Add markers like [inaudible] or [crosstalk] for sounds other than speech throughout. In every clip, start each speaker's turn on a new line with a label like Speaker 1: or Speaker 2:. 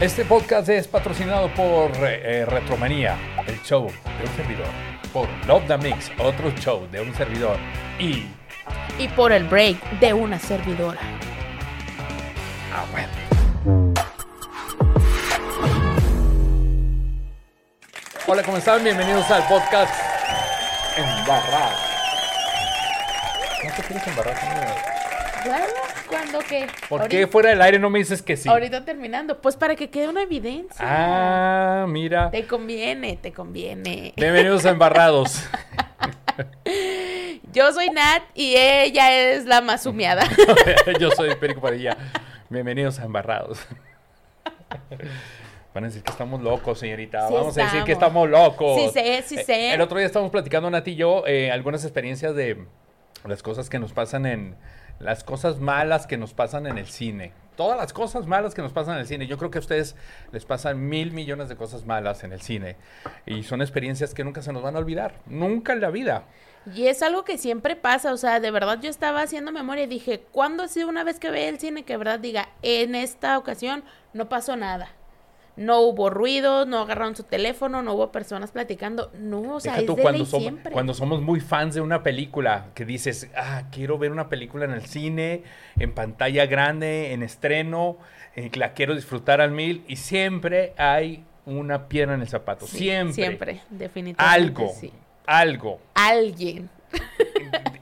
Speaker 1: Este podcast es patrocinado por eh, Retromanía, el show de un servidor, por Love the Mix, otro show de un servidor, y
Speaker 2: y por el break de una servidora.
Speaker 1: Ah, bueno. Hola, ¿cómo están? Bienvenidos al podcast Embarrado. ¿No te quieres embarrar? conmigo?
Speaker 2: Claro, ¿cuándo qué?
Speaker 1: ¿Por
Speaker 2: Ahorita-
Speaker 1: qué fuera del aire no me dices que sí?
Speaker 2: Ahorita terminando, pues para que quede una evidencia.
Speaker 1: Ah, mira.
Speaker 2: Te conviene, te conviene.
Speaker 1: Bienvenidos a Embarrados.
Speaker 2: [laughs] Yo soy Nat y ella es la más humeada.
Speaker 1: [laughs] Yo soy Perico Padilla. Bienvenidos a Embarrados. Van a decir que estamos locos, señorita.
Speaker 2: Sí
Speaker 1: Vamos a decir que
Speaker 2: estamos.
Speaker 1: estamos locos.
Speaker 2: Sí sé, sí
Speaker 1: Eh,
Speaker 2: sé.
Speaker 1: El otro día estábamos platicando, Nati y yo, eh, algunas experiencias de las cosas que nos pasan en... Las cosas malas que nos pasan en el cine. Todas las cosas malas que nos pasan en el cine. Yo creo que a ustedes les pasan mil millones de cosas malas en el cine. Y son experiencias que nunca se nos van a olvidar. Nunca en la vida.
Speaker 2: Y es algo que siempre pasa, o sea, de verdad yo estaba haciendo memoria y dije, ¿cuándo ha sido una vez que ve el cine que de verdad diga, en esta ocasión no pasó nada? No hubo ruido, no agarraron su teléfono, no hubo personas platicando. No, o sea,
Speaker 1: Deja
Speaker 2: es
Speaker 1: tú
Speaker 2: de
Speaker 1: cuando
Speaker 2: ley
Speaker 1: somos,
Speaker 2: siempre.
Speaker 1: cuando somos muy fans de una película, que dices, ah, quiero ver una película en el cine, en pantalla grande, en estreno, eh, la quiero disfrutar al mil, y siempre hay una piedra en el zapato.
Speaker 2: Sí,
Speaker 1: siempre.
Speaker 2: Siempre, definitivamente.
Speaker 1: Algo.
Speaker 2: sí.
Speaker 1: Algo.
Speaker 2: Alguien.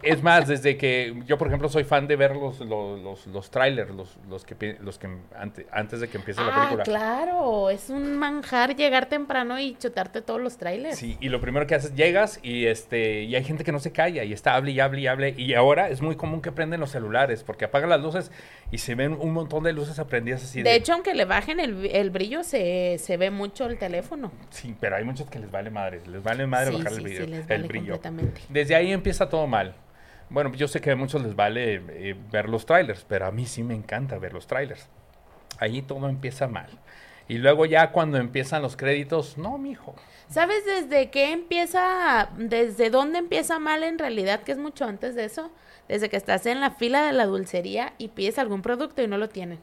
Speaker 1: Es más, desde que yo, por ejemplo, soy fan de ver los, los, los- los trailers, los, los que, pi- los que ante- antes de que empiece la
Speaker 2: Ah,
Speaker 1: película.
Speaker 2: claro, es un manjar llegar temprano y chutarte todos los trailers.
Speaker 1: Sí, y lo primero que haces, llegas y este y hay gente que no se calla y está hable y hable y hable. Y ahora es muy común que prenden los celulares porque apagan las luces y se ven un montón de luces aprendidas así.
Speaker 2: de, hecho, aunque le bajen el, el brillo, se, se ve mucho el teléfono.
Speaker 1: Sí, pero hay muchos que les vale madre, les vale madre
Speaker 2: Sí,
Speaker 1: bajar
Speaker 2: sí,
Speaker 1: el, video-
Speaker 2: sí, les
Speaker 1: el
Speaker 2: vale
Speaker 1: brillo.
Speaker 2: completamente.
Speaker 1: Desde ahí empieza todo mal. Bueno, yo sé que a muchos les vale eh, ver los trailers, pero a mí sí me encanta ver los trailers. Ahí todo empieza mal. Y luego ya cuando empiezan los créditos, no, mijo.
Speaker 2: ¿Sabes desde qué empieza, desde dónde empieza mal en realidad, que es mucho antes de eso? Desde que estás en la fila de la dulcería y pides algún producto y no lo tienen.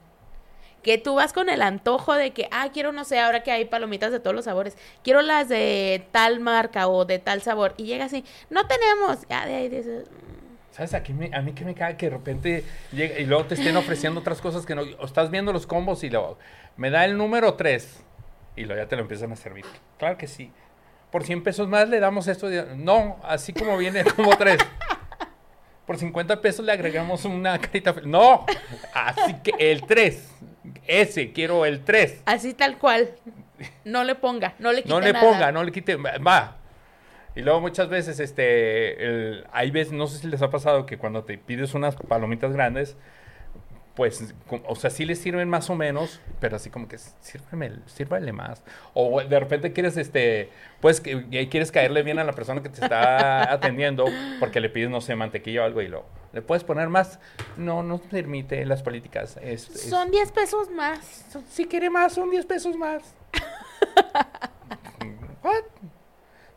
Speaker 2: Que tú vas con el antojo de que, ah, quiero, no sé, ahora que hay palomitas de todos los sabores, quiero las de tal marca o de tal sabor. Y llega así, no tenemos. Ya de ahí dices,
Speaker 1: ¿Sabes? Aquí me- a mí que me caga que de repente llega y luego te estén ofreciendo otras cosas que no. O estás viendo los combos y luego me da el número 3 y luego ya te lo empiezan a servir. Claro que sí. Por 100 pesos más le damos esto. de- no, así como viene el combo 3. Por 50 pesos le agregamos una carita. fel- No, así que el 3. Ese, quiero el 3.
Speaker 2: así tal cual. No le ponga, no le quite
Speaker 1: No le
Speaker 2: nada.
Speaker 1: ponga, no le quite, va. Y luego muchas veces, este, el- hay veces, no sé si les ha pasado que cuando te pides unas palomitas grandes, pues, com- o sea, sí les sirven más o menos, pero así como que sírveme, sírvale más. O de repente quieres, este, pues, que, que quieres caerle bien a la persona que te está
Speaker 2: [laughs]
Speaker 1: atendiendo porque le pides, no sé, mantequilla o algo y luego, ¿le puedes poner más? No, no permite las políticas. es- es-
Speaker 2: Son 10 pesos más.
Speaker 1: son- Si quiere más, son 10 pesos más. What?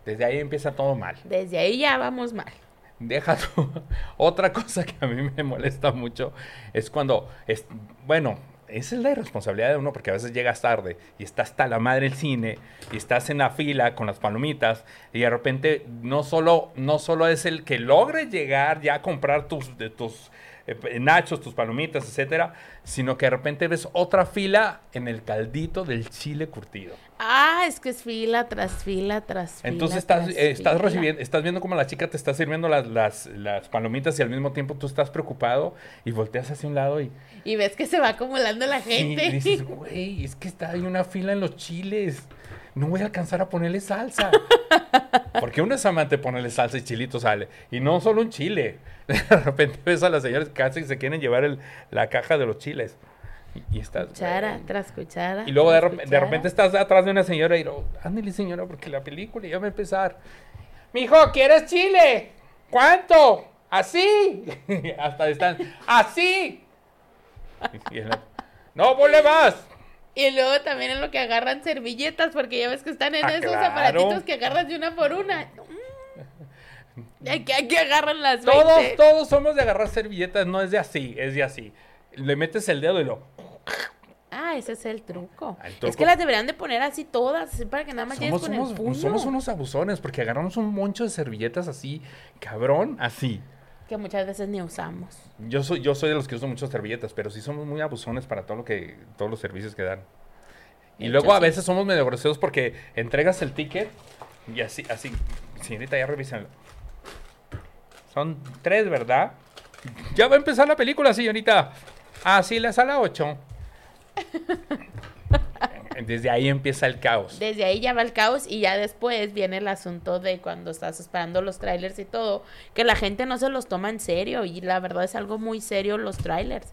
Speaker 1: Desde ahí empieza todo mal.
Speaker 2: Desde ahí ya vamos mal.
Speaker 1: Deja tú. [laughs] Otra cosa que a mí me molesta mucho es cuando, es, bueno, esa es la irresponsabilidad de uno porque a veces llegas tarde y estás hasta la madre del cine y estás en la fila con las palomitas y de repente no solo, no solo es el que logre llegar ya a comprar tus, de tus eh, nachos, tus palomitas, etcétera, sino que de repente ves otra fila en el caldito del chile curtido.
Speaker 2: Ah, es que es fila tras fila tras fila.
Speaker 1: Entonces estás,
Speaker 2: tras
Speaker 1: eh, estás
Speaker 2: fila.
Speaker 1: recibiendo, estás viendo como la chica te está sirviendo las, las, las palomitas y al mismo tiempo tú estás preocupado y volteas hacia un lado y,
Speaker 2: Y ves que se va acumulando la
Speaker 1: y
Speaker 2: gente.
Speaker 1: dices, güey, es que está hay una fila en los chiles. No voy a alcanzar a ponerle salsa. Porque uno es amante de ponerle salsa y chilito sale. Y no solo un chile. [laughs] De repente ves a las señoras que casi se quieren llevar el- la caja de los chiles. Y, y estás.
Speaker 2: [laughs] cuchara
Speaker 1: güey.
Speaker 2: tras cuchara.
Speaker 1: Y luego de,
Speaker 2: tras
Speaker 1: rep- de
Speaker 2: cuchara.
Speaker 1: repente estás atrás de una señora y digo, ándale señora, porque la película ya va a empezar. Mijo, ¿quieres chile? ¿Cuánto? Así. [laughs] Hasta están, así. [laughs] Y en la- no, vole más.
Speaker 2: Y luego también en lo que agarran servilletas, porque ya ves que están en
Speaker 1: Ah,
Speaker 2: esos
Speaker 1: claro.
Speaker 2: aparatitos que agarras de una
Speaker 1: [laughs]
Speaker 2: por una. Mm. Aquí, aquí agarran las 20.
Speaker 1: Todos, todos somos de agarrar servilletas, no es de así, es de así. Le metes el dedo y lo...
Speaker 2: Ah, ese es el truco.
Speaker 1: Ah, el
Speaker 2: Es
Speaker 1: truco.
Speaker 2: que las deberían de poner así todas, así para que nada más llegues
Speaker 1: Somos
Speaker 2: con el
Speaker 1: unos,
Speaker 2: puño.
Speaker 1: somos unos abusones porque agarramos un moncho de servilletas así, cabrón, así.
Speaker 2: Que muchas veces ni usamos.
Speaker 1: Yo soy, yo soy de los que uso muchas servilletas, pero sí somos muy abusones para todo lo que, todos los servicios que dan.
Speaker 2: De
Speaker 1: Y luego
Speaker 2: hecho,
Speaker 1: a
Speaker 2: sí.
Speaker 1: veces somos medio groseros porque entregas el ticket y así, así, señorita, ya revísenlo. Son tres, ¿verdad? Ya va a empezar la película, señorita. Ah, sí, la sala
Speaker 2: [laughs]
Speaker 1: 8. Desde ahí empieza el caos.
Speaker 2: Desde ahí ya va el caos y ya después viene el asunto de cuando estás esperando los trailers y todo, que la gente no se los toma en serio y la verdad es algo muy serio los trailers.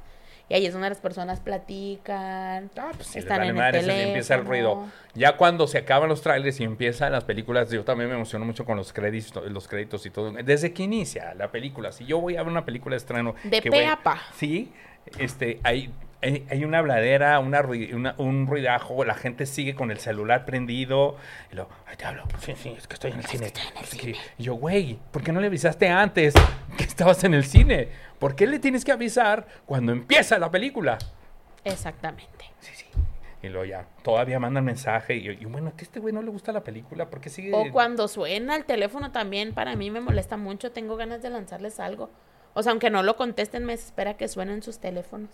Speaker 2: Y ahí es donde las personas platican.
Speaker 1: Ah, pues sí, les
Speaker 2: Están
Speaker 1: vale
Speaker 2: en el
Speaker 1: madre, eso sí empieza el
Speaker 2: teléfono.
Speaker 1: ruido. Ya cuando se acaban los trailers y empiezan las películas, yo también me emociono mucho con los créditos, los créditos y todo. Desde que inicia la película, si yo voy a ver una película de estreno...
Speaker 2: De
Speaker 1: que
Speaker 2: pe
Speaker 1: voy-
Speaker 2: a pa.
Speaker 1: Sí, este, hay, hay, hay una habladera, una, rui- una- un ruidajo, la gente sigue con el celular prendido. Y luego, "Ay, te hablo, sí, sí, es que estoy en el cine. Es que- y yo, güey, ¿por qué no le avisaste antes que estabas en el cine? ¿Por qué le tienes que avisar cuando empieza la película?
Speaker 2: Exactamente.
Speaker 1: Sí, sí. Y luego ya, todavía mandan mensaje. Y, y bueno, que a este güey no le gusta la película, porque sigue.
Speaker 2: O cuando suena el teléfono también, para mí me molesta mucho, tengo ganas de lanzarles algo. O sea, aunque no lo contesten, me espera que suenen sus teléfonos.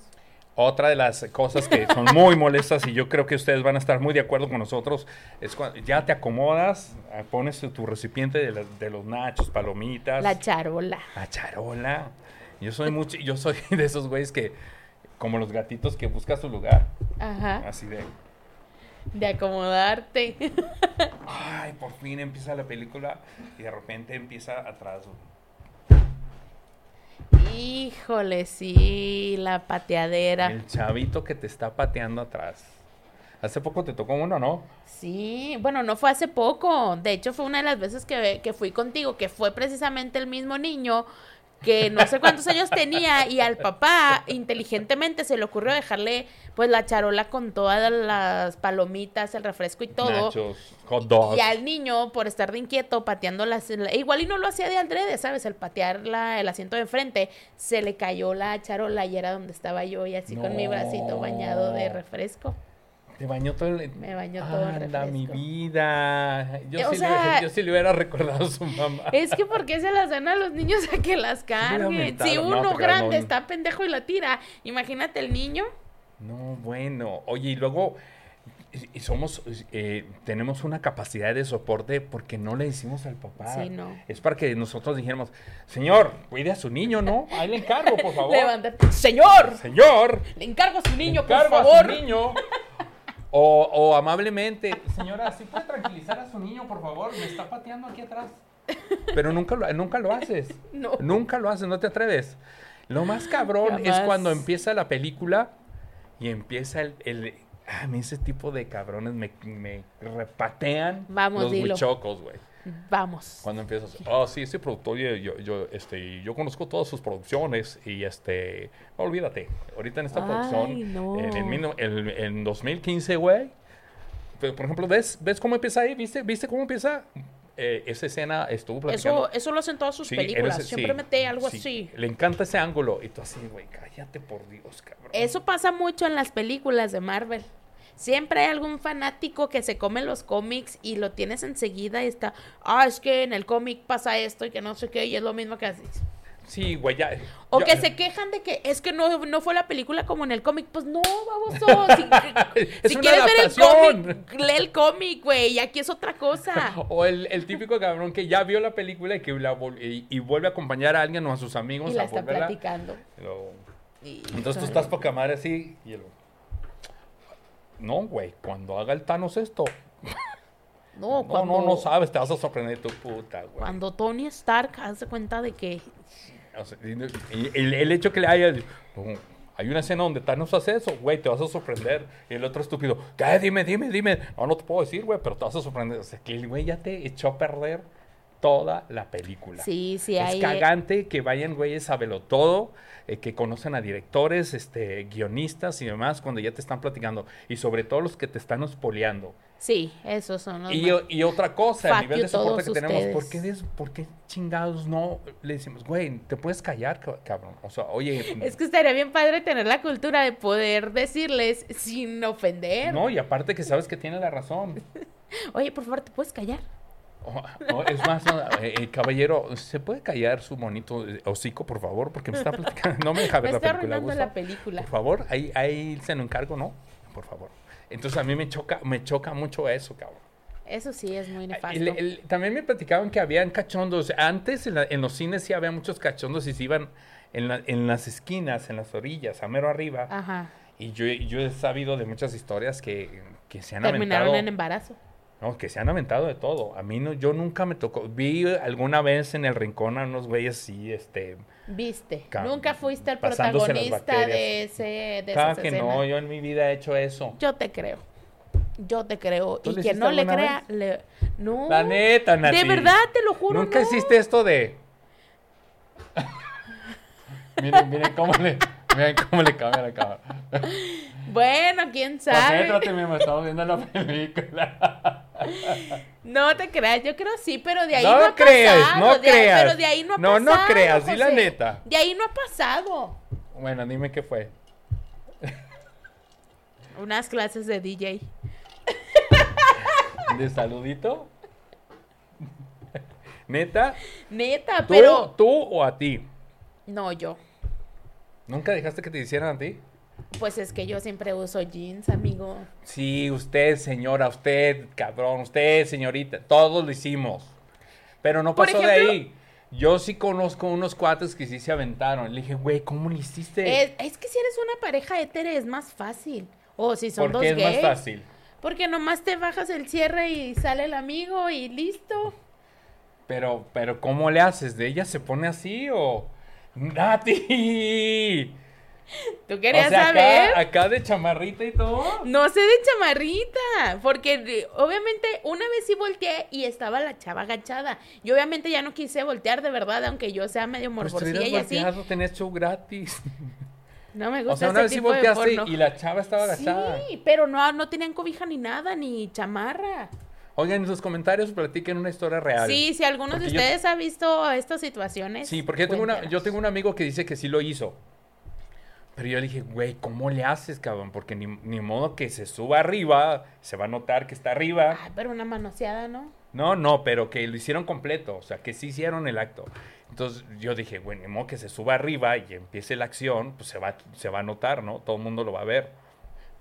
Speaker 1: Otra de las cosas que son muy molestas, y yo creo que ustedes van a estar muy de acuerdo con nosotros, es cuando ya te acomodas, ah, pones tu, tu recipiente de, las- de los nachos, palomitas,
Speaker 2: La charola.
Speaker 1: la charola. Yo soy mucho, yo soy [laughs] de esos güeyes que, como los gatitos que busca su lugar,
Speaker 2: Ajá.
Speaker 1: así de.
Speaker 2: De acomodarte.
Speaker 1: Ay, por fin empieza la película y de repente empieza atrás. güey.
Speaker 2: Híjole, sí, la pateadera.
Speaker 1: El chavito que te está pateando atrás. Hace poco te tocó uno, ¿no?
Speaker 2: Sí, bueno, no fue hace poco. De hecho, fue una de las veces que, que fui contigo, que fue precisamente el mismo niño que no sé cuántos años tenía y al papá inteligentemente se le ocurrió dejarle pues la charola con todas las palomitas, el refresco y todo.
Speaker 1: Nachos, hot dogs.
Speaker 2: Y al niño, por estar de inquieto, pateando las... la- Igual y no lo hacía de aldrede, ¿sabes? El patear la- el asiento de enfrente, se le cayó la charola y era donde estaba yo y así con mi bracito bañado de
Speaker 1: No.
Speaker 2: refresco.
Speaker 1: Te bañó todo el...
Speaker 2: Me bañó todo el
Speaker 1: Anda, mi
Speaker 2: refresco.
Speaker 1: vida.
Speaker 2: Eh,
Speaker 1: Yo,
Speaker 2: o
Speaker 1: sí
Speaker 2: sea-
Speaker 1: le, yo sí le hubiera recordado a su mamá.
Speaker 2: Es que ¿por qué se las dan a los niños a que las carguen?
Speaker 1: lamentable.
Speaker 2: Si
Speaker 1: No,
Speaker 2: uno
Speaker 1: te creas,
Speaker 2: grande
Speaker 1: no.
Speaker 2: está pendejo y la tira, imagínate el niño.
Speaker 1: No, bueno. Oye, y luego... y- y somos... eh, tenemos una capacidad de soporte porque no le hicimos al papá.
Speaker 2: Sí, no.
Speaker 1: Es para que nosotros dijéramos, señor, cuide a su niño, ¿no? Ahí le encargo,
Speaker 2: [laughs]
Speaker 1: por favor.
Speaker 2: Levántate. Señor,
Speaker 1: Señor.
Speaker 2: le encargo a su niño, por
Speaker 1: Encargo a su
Speaker 2: favor.
Speaker 1: niño. O, o amablemente, señora, ¿sí puede tranquilizar a su niño, por favor? Me está pateando aquí atrás. Pero nunca lo, nunca lo haces.
Speaker 2: No.
Speaker 1: Nunca lo haces, no te atreves. Lo más cabrón es
Speaker 2: Jamás.
Speaker 1: cuando empieza la película y empieza el... el- a mí ese tipo de cabrones me, me repatean
Speaker 2: Vamos,
Speaker 1: los
Speaker 2: dilo.
Speaker 1: huichocos, güey.
Speaker 2: Vamos.
Speaker 1: Cuando empiezas, ah, sí, este productor, yo, yo, yo, este, yo conozco todas sus producciones y este, no, olvídate, ahorita en esta
Speaker 2: Ay,
Speaker 1: producción,
Speaker 2: no.
Speaker 1: en, en mil no- en- en 2015, güey, pero, por ejemplo, ¿ves, ¿ves cómo empieza ahí? ¿Viste, ¿Viste cómo empieza? Eh, esa escena estuvo platicando.
Speaker 2: Eso, eso lo hacen todas sus
Speaker 1: Sí, en
Speaker 2: películas.
Speaker 1: ese-
Speaker 2: Siempre
Speaker 1: sí,
Speaker 2: mete algo
Speaker 1: sí,
Speaker 2: así.
Speaker 1: Le encanta ese ángulo y tú así, güey, cállate por Dios, cabrón.
Speaker 2: Eso pasa mucho en las películas de Marvel. Siempre hay algún fanático que se come los cómics y lo tienes enseguida y está, ah, es que en el cómic pasa esto y que no sé qué, y es lo mismo que haces.
Speaker 1: Sí, güey, ya.
Speaker 2: O
Speaker 1: ya-
Speaker 2: que se quejan de que es que no, no fue la película como en el cómic. Pues no, baboso.
Speaker 1: [laughs]
Speaker 2: Si,
Speaker 1: [laughs] Es
Speaker 2: si
Speaker 1: una
Speaker 2: quieres ver el
Speaker 1: adaptación.
Speaker 2: cómic, lee el cómic, güey. Y aquí es otra
Speaker 1: [laughs]
Speaker 2: cosa.
Speaker 1: O el, el típico cabrón que ya vio la película y que la vol- y, y vuelve a acompañar a alguien o a sus amigos
Speaker 2: Y la
Speaker 1: a
Speaker 2: está
Speaker 1: volverla.
Speaker 2: platicando.
Speaker 1: Pero-
Speaker 2: Y-
Speaker 1: Entonces tú estás poca madre así y el- No, güey, cuando haga el Thanos esto.
Speaker 2: No,
Speaker 1: No,
Speaker 2: Oh, cuando,
Speaker 1: no, no sabes, te vas a sorprender tu puta, güey.
Speaker 2: Cuando Tony Stark hace cuenta de que
Speaker 1: O sea, y- y- el, el hecho que le haya. no, hay una escena donde Thanos hace eso, güey, te vas a sorprender. Y el otro estúpido, ¿qué? Dime, dime, dime. No, no te puedo decir, güey, pero te vas a sorprender. O sea, que el güey ya te echó a perder toda la película.
Speaker 2: Sí, sí,
Speaker 1: es
Speaker 2: hay. eh,
Speaker 1: cagante que vayan güeyes a velo todo, eh, que conocen a directores, este, guionistas y demás, cuando ya te están platicando. Y sobre todo los que te están espoleando.
Speaker 2: sí, esos son los.
Speaker 1: Y,
Speaker 2: más-
Speaker 1: y otra cosa,
Speaker 2: Fuck
Speaker 1: el nivel
Speaker 2: you
Speaker 1: de soporte que
Speaker 2: todos
Speaker 1: tenemos, ¿por
Speaker 2: ustedes.
Speaker 1: qué, des- ¿por qué chingados no le decimos, güey, te puedes callar, cab- cabrón? O sea, oye,
Speaker 2: [laughs] Es que estaría bien padre tener la cultura de poder decirles sin ofender.
Speaker 1: no, y aparte que sabes que tiene la razón.
Speaker 2: Oye, por favor, ¿te puedes callar?
Speaker 1: O- o es más, no, eh, eh, caballero, ¿se puede callar su monito eh, hocico, por favor? Porque me está platicando, no me deja
Speaker 2: Me
Speaker 1: ver la
Speaker 2: está
Speaker 1: película.
Speaker 2: arruinando
Speaker 1: Gustavo.
Speaker 2: la película.
Speaker 1: Por favor, ahí, ahí se lo encargo, ¿no? Por favor. Entonces a mí me choca, me choca mucho eso, cabrón.
Speaker 2: Eso sí es muy nefasto.
Speaker 1: El- el- también me platicaban que habían cachondos. Antes en, la- en los cines sí había muchos cachondos y se iban en, la- en las esquinas, en las orillas, a mero arriba.
Speaker 2: Ajá.
Speaker 1: Y yo, yo he sabido de muchas historias que, que se han
Speaker 2: Terminaron
Speaker 1: aventado.
Speaker 2: en embarazo.
Speaker 1: No, que se han aventado de todo. A mí no, yo nunca me tocó. Vi alguna vez en el rincón a unos güeyes así, este.
Speaker 2: Viste.
Speaker 1: Ca-
Speaker 2: Nunca fuiste el
Speaker 1: pasándose las
Speaker 2: protagonista de
Speaker 1: bacterias.
Speaker 2: ese. De
Speaker 1: claro
Speaker 2: esas
Speaker 1: "Ah, que
Speaker 2: escenas.
Speaker 1: no, yo en mi vida he hecho eso.
Speaker 2: Yo te creo. Yo te creo.
Speaker 1: ¿Tú
Speaker 2: Y
Speaker 1: lo
Speaker 2: que
Speaker 1: hiciste
Speaker 2: no le
Speaker 1: alguna
Speaker 2: crea. le- No.
Speaker 1: La neta, Nati.
Speaker 2: De verdad, te lo juro.
Speaker 1: Nunca
Speaker 2: no.
Speaker 1: hiciste esto [laughs] de. miren, miren cómo le. Miren cómo le cambia la cámara.
Speaker 2: Bueno, quién sabe.
Speaker 1: Concéntrate, mismo, estamos viendo la película.
Speaker 2: No te creas, yo creo sí, pero de ahí no,
Speaker 1: No
Speaker 2: ha
Speaker 1: creas,
Speaker 2: pasado.
Speaker 1: no
Speaker 2: de ahí-
Speaker 1: creas.
Speaker 2: pero de ahí no ha
Speaker 1: No,
Speaker 2: pasado.
Speaker 1: no creas, di la
Speaker 2: José.
Speaker 1: neta.
Speaker 2: De ahí no ha pasado.
Speaker 1: Bueno, dime qué fue.
Speaker 2: Unas clases de DJ.
Speaker 1: ¿De saludito?
Speaker 2: [laughs]
Speaker 1: ¿Neta?
Speaker 2: Neta,
Speaker 1: ¿Tú,
Speaker 2: pero.
Speaker 1: ¿Tú o a ti?
Speaker 2: No, yo.
Speaker 1: ¿Nunca dejaste que te hicieran a ti?
Speaker 2: Pues es que yo siempre uso jeans, amigo.
Speaker 1: Sí, usted, señora, usted, cabrón, usted, señorita, todos lo hicimos. Pero no
Speaker 2: Por
Speaker 1: pasó de
Speaker 2: ejemplo-
Speaker 1: ahí. Yo sí conozco unos cuates que sí se aventaron. Le dije, güey, ¿cómo lo hiciste?
Speaker 2: Es, es que si eres una pareja hétera es más fácil. O si son dos
Speaker 1: Porque es
Speaker 2: gays.
Speaker 1: más fácil.
Speaker 2: Porque nomás te bajas el cierre y sale el amigo y listo.
Speaker 1: Pero, pero, ¿cómo le haces? ¿De ella se pone así o...?
Speaker 2: [laughs]
Speaker 1: ¡Nati!
Speaker 2: ¿Tú
Speaker 1: O
Speaker 2: querías
Speaker 1: sea,
Speaker 2: saber?
Speaker 1: Acá, acá de chamarrita y todo.
Speaker 2: No sé de chamarrita, porque eh, obviamente una vez sí volteé y estaba la chava agachada. Y obviamente ya no quise voltear de verdad, aunque yo sea medio
Speaker 1: Pues te
Speaker 2: morbosilla
Speaker 1: hubieras
Speaker 2: y así.
Speaker 1: volteado, tenías show gratis.
Speaker 2: No me
Speaker 1: [laughs]
Speaker 2: gusta
Speaker 1: O sea, una
Speaker 2: ese
Speaker 1: vez sí
Speaker 2: tipo de
Speaker 1: volteaste
Speaker 2: porno.
Speaker 1: y la chava estaba agachada.
Speaker 2: Sí, pero no, no tenían cobija ni nada, ni chamarra.
Speaker 1: Oigan, en sus comentarios platiquen una historia real.
Speaker 2: Sí, si alguno de
Speaker 1: Porque yo-
Speaker 2: ustedes ha visto estas situaciones.
Speaker 1: Sí, porque yo tengo, una- yo
Speaker 2: cuéntenos.
Speaker 1: tengo un amigo que dice que sí lo hizo. Pero yo le dije, güey, ¿cómo le haces, cabrón? Porque ni, ni modo que se suba arriba, se va a notar que está arriba.
Speaker 2: Ay, pero una manoseada, ¿no?
Speaker 1: No, no, pero que lo hicieron completo, o sea, que sí hicieron el acto. Entonces yo dije, güey, ni modo que se suba arriba y empiece la acción, pues se va, se va a notar, ¿no? Todo el mundo lo va a ver.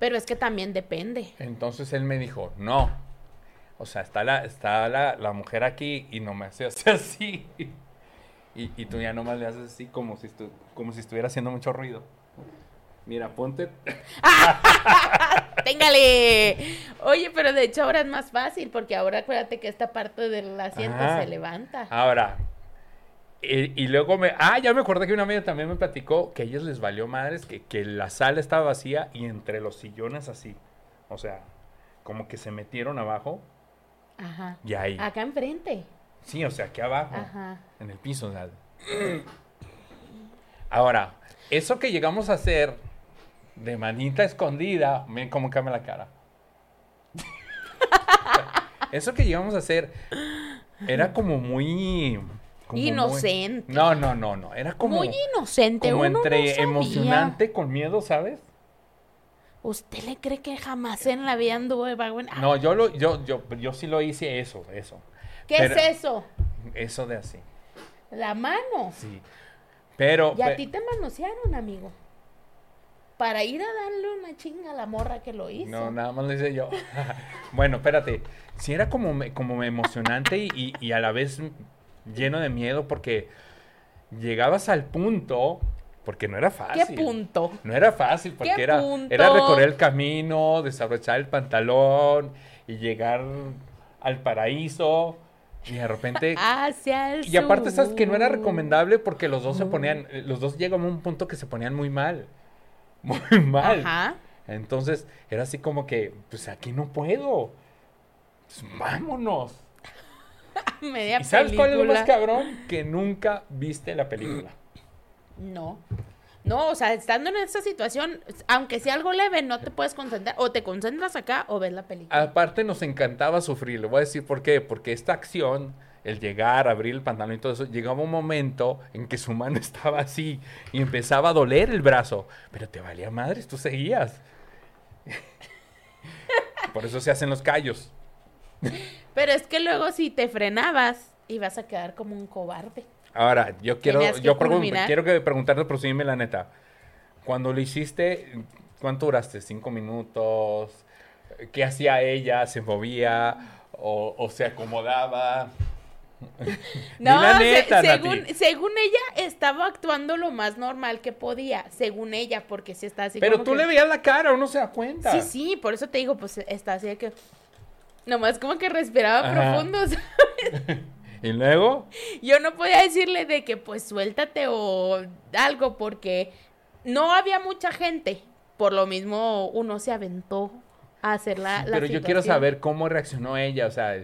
Speaker 2: Pero es que también depende. [laughs]
Speaker 1: Entonces él me dijo, no. O sea, está la, está la, la mujer aquí y no me hace [laughs] así. Y, y tú ya nomás le haces así como si, estu- como si estuviera haciendo mucho ruido. Mira, ponte.
Speaker 2: ¡Téngale! Oye, pero de hecho ahora es más fácil, porque ahora acuérdate que esta parte del asiento
Speaker 1: Ajá.
Speaker 2: se levanta.
Speaker 1: Ahora. Y, y luego me. Ah, ya me acordé que una amiga también me platicó que a ellas les valió madres, que, que la sala estaba vacía y entre los sillones así. O sea, como que se metieron abajo
Speaker 2: Ajá.
Speaker 1: y ahí.
Speaker 2: Acá enfrente.
Speaker 1: Sí, o sea, aquí abajo.
Speaker 2: Ah. Ajá.
Speaker 1: En el piso, o sea. [clears throat] Ahora, eso que llegamos a hacer de manita escondida, miren cómo cambia la cara. [laughs] Eso que llegamos a hacer era como muy como muy-
Speaker 2: Inocente.
Speaker 1: no, no, no, no. Era como,
Speaker 2: Muy inocente,
Speaker 1: como
Speaker 2: uno no
Speaker 1: entre
Speaker 2: sabía.
Speaker 1: emocionante con miedo, ¿sabes?
Speaker 2: ¿Usted le cree que jamás en la vida anduvo de vago? en- Ah,
Speaker 1: No, yo lo, yo, yo, yo sí lo hice eso, eso.
Speaker 2: ¿Qué
Speaker 1: pero-
Speaker 2: es eso?
Speaker 1: Eso de así.
Speaker 2: La mano.
Speaker 1: Sí. Pero.
Speaker 2: Y a
Speaker 1: pe-
Speaker 2: ti te manosearon, amigo. Para ir a darle una chinga a la morra que lo hizo.
Speaker 1: No, nada más lo hice yo. [laughs] bueno, espérate. Sí era como, me- como emocionante y, y- y a la vez lleno de miedo porque llegabas al punto, porque no era
Speaker 2: ¿Qué
Speaker 1: fácil.
Speaker 2: punto?
Speaker 1: No era fácil porque
Speaker 2: ¿Qué
Speaker 1: era,
Speaker 2: punto?
Speaker 1: era recorrer el camino, desabrochar el pantalón y llegar al paraíso y de
Speaker 2: [laughs]
Speaker 1: repente...
Speaker 2: Ah, Hacia el
Speaker 1: Y aparte, sabes que no era
Speaker 2: sur.
Speaker 1: recomendable porque los dos se ponían, los dos llegaban a un punto que se ponían muy mal. Muy mal.
Speaker 2: Ajá. [laughs]
Speaker 1: Entonces era así como que, pues aquí no puedo. Pues, vámonos.
Speaker 2: Media
Speaker 1: ¿Y sabes cuál es lo más
Speaker 2: película.
Speaker 1: cabrón? Que nunca viste la película.
Speaker 2: No. No, o sea, estando en esta situación, aunque sea algo leve, no te puedes concentrar. O te concentras acá o ves la película.
Speaker 1: Aparte nos encantaba sufrir, le voy a decir por qué, porque esta acción, el llegar, abrir el pantalón y todo eso, llegaba un momento en que su mano [laughs] estaba así y empezaba a doler el brazo, pero te valía madres, tú seguías. [laughs] por eso se hacen los callos.
Speaker 2: Pero es que luego si te frenabas, ibas a quedar como un cobarde.
Speaker 1: Ahora, yo quiero,
Speaker 2: Tenías que
Speaker 1: yo pregun-
Speaker 2: culminar.
Speaker 1: quiero que preguntarte, pero sí, dime la neta, cuando lo hiciste, ¿cuánto duraste? ¿Cinco minutos? ¿Qué hacía ella? ¿Se movía? ¿O, o se acomodaba? Di
Speaker 2: No,
Speaker 1: la
Speaker 2: se-
Speaker 1: neta,
Speaker 2: según,
Speaker 1: Nati.
Speaker 2: según ella estaba actuando lo más normal que podía, según ella, porque si está así.
Speaker 1: Pero
Speaker 2: como
Speaker 1: tú
Speaker 2: que-
Speaker 1: le veías la cara, uno se da cuenta.
Speaker 2: Sí, sí, por eso te digo, pues está así de que... Nomás como que respiraba
Speaker 1: Ajá.
Speaker 2: profundo. o sea,
Speaker 1: Y luego,
Speaker 2: Yo no podía decirle de que pues suéltate o algo porque no había mucha gente. Por lo mismo uno se aventó a hacer la... Ah, la
Speaker 1: pero yo quiero
Speaker 2: situación.
Speaker 1: saber cómo reaccionó ella, o sea,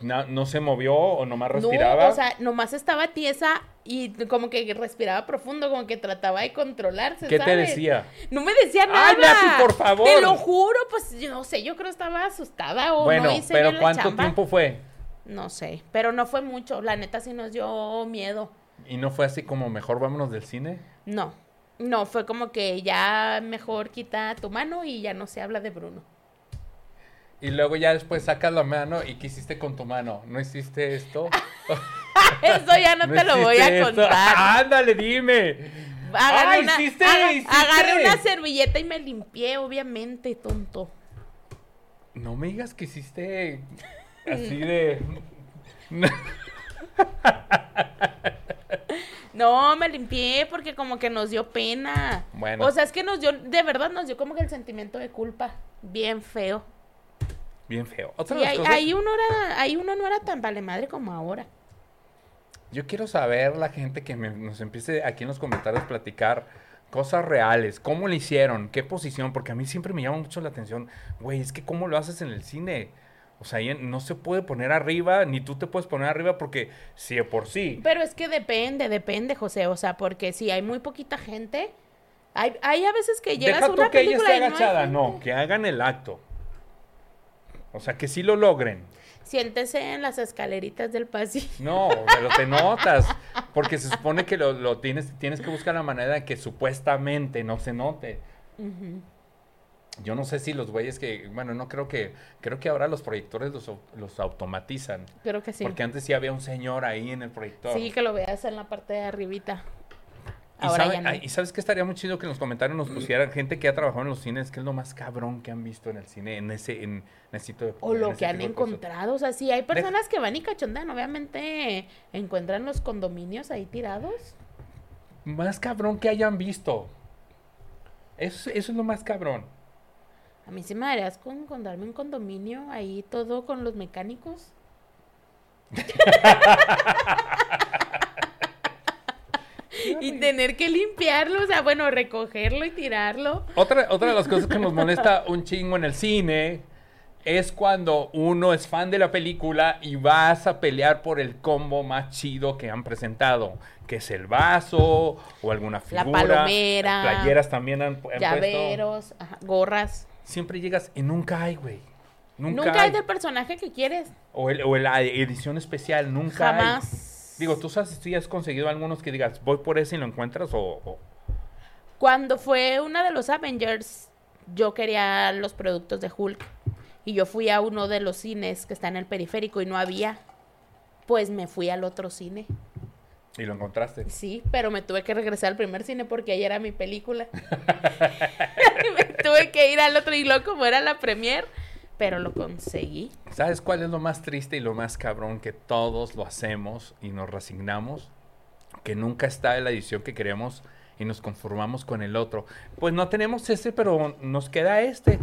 Speaker 1: no, no se movió o nomás respiraba.
Speaker 2: No, o sea, nomás estaba tiesa y como que respiraba profundo, como que trataba de controlarse.
Speaker 1: ¿Qué te
Speaker 2: ¿sabes?
Speaker 1: decía?
Speaker 2: No me decía nada.
Speaker 1: Ay, Nati, por favor.
Speaker 2: Te lo juro, pues yo no sé, yo creo que estaba asustada o
Speaker 1: bueno,
Speaker 2: Oh, no hice bien
Speaker 1: pero
Speaker 2: la
Speaker 1: ¿cuánto
Speaker 2: chamba.
Speaker 1: tiempo fue?
Speaker 2: No sé, pero no fue mucho. La neta sí nos dio miedo.
Speaker 1: ¿Y no fue así como mejor vámonos del cine?
Speaker 2: No, no, fue como que ya mejor quita tu mano y ya no se habla
Speaker 1: [laughs]
Speaker 2: de Bruno.
Speaker 1: Y luego ya después sacas la mano y ¿qué hiciste con tu mano? ¿No hiciste esto?
Speaker 2: Eso ya [laughs] no, te lo voy
Speaker 1: hiciste
Speaker 2: a
Speaker 1: esto?
Speaker 2: contar.
Speaker 1: [laughs] Ándale, dime.
Speaker 2: Agarré,
Speaker 1: ¡Ay,
Speaker 2: una,
Speaker 1: hiciste,
Speaker 2: aga-
Speaker 1: hiciste!
Speaker 2: agarré una servilleta y me limpié, obviamente, tonto.
Speaker 1: No me digas que hiciste así de...
Speaker 2: No, me limpié porque como que nos dio pena.
Speaker 1: Bueno.
Speaker 2: O sea, es que nos dio, de verdad nos dio como que el sentimiento de culpa. Bien feo.
Speaker 1: Bien feo. Otra
Speaker 2: Y
Speaker 1: de las
Speaker 2: ahí,
Speaker 1: cosas-
Speaker 2: ahí uno era, ahí uno no era tan vale madre como ahora.
Speaker 1: Yo quiero saber la gente que me- nos empiece aquí en los comentarios a platicar cosas reales, cómo le hicieron, qué posición, porque a mí siempre me llama mucho la atención, güey, es que cómo lo haces en el cine. O sea, ahí en- no se puede poner arriba, ni tú te puedes poner arriba porque si de por sí.
Speaker 2: Pero es que depende, depende, José. O sea, porque si hay muy poquita gente, hay, hay a veces que llegas
Speaker 1: Deja
Speaker 2: a
Speaker 1: tú
Speaker 2: una
Speaker 1: que ella
Speaker 2: película
Speaker 1: esté
Speaker 2: y no hay
Speaker 1: agachada,
Speaker 2: gente.
Speaker 1: no, que hagan el acto. O sea, que sí lo logren.
Speaker 2: Siéntese en las escaleritas del pasillo.
Speaker 1: No,
Speaker 2: [laughs]
Speaker 1: pero te notas, porque se supone que lo, lo tienes, tienes que buscar la manera de que supuestamente no se note.
Speaker 2: Ujú.
Speaker 1: Yo no sé si los güeyes que, bueno, no creo que, creo que ahora los proyectores los, au- los automatizan.
Speaker 2: Creo que sí.
Speaker 1: Porque antes sí había un señor ahí en el proyector.
Speaker 2: Sí, que lo veas en la parte de arribita.
Speaker 1: y,
Speaker 2: Ahora
Speaker 1: sabe-
Speaker 2: ya no.
Speaker 1: ay, y sabes que estaría muy chido que en los comentarios nos pusieran gente que ha trabajado en los cines, que es lo más cabrón que han visto en el cine, en ese, en, en ese tipo de
Speaker 2: O
Speaker 1: en
Speaker 2: lo
Speaker 1: ese
Speaker 2: que han
Speaker 1: tipo de cosas.
Speaker 2: encontrado. O sea, sí, hay personas que van y cachondan. Obviamente encuentran los condominios ahí tirados.
Speaker 1: Más cabrón que hayan visto. Eso, eso es lo más cabrón.
Speaker 2: A mí sí me darías con encontrarme un condominio ahí todo con los mecánicos. y tener que limpiarlo, o sea, bueno, recogerlo y tirarlo.
Speaker 1: Otra, otra de las cosas que nos molesta un chingo en el cine es cuando uno es fan de la película y vas a pelear por el combo más chido que han presentado, que es el vaso o alguna
Speaker 2: La
Speaker 1: figura.
Speaker 2: palomera.
Speaker 1: Playeras también han, han puesto.
Speaker 2: Llaveros, ajá, gorras.
Speaker 1: Siempre llegas y nunca hay, güey. Nunca,
Speaker 2: Nunca,
Speaker 1: hay.
Speaker 2: hay del personaje que quieres.
Speaker 1: O, el- o la edición especial, nunca hay.
Speaker 2: Jamás.
Speaker 1: Digo, ¿tú sabes si tú ya has conseguido algunos que digas, voy por ese y lo encuentras? O, o-
Speaker 2: Cuando fue una de los Avengers, yo quería los productos de Hulk. Y yo fui a uno de los cines que está en el periférico y no había. Pues me fui al otro cine.
Speaker 1: y lo encontraste.
Speaker 2: Sí, pero me tuve que regresar al primer cine porque ahí era mi
Speaker 1: [laughs]
Speaker 2: película. [laughs] me tuve que ir al otro y luego como era la premier, pero lo conseguí.
Speaker 1: ¿Sabes cuál es lo más triste y lo más cabrón que todos lo hacemos y nos resignamos? Que nunca está en la edición que queremos y nos conformamos con el otro. Pues no tenemos este, pero nos queda este.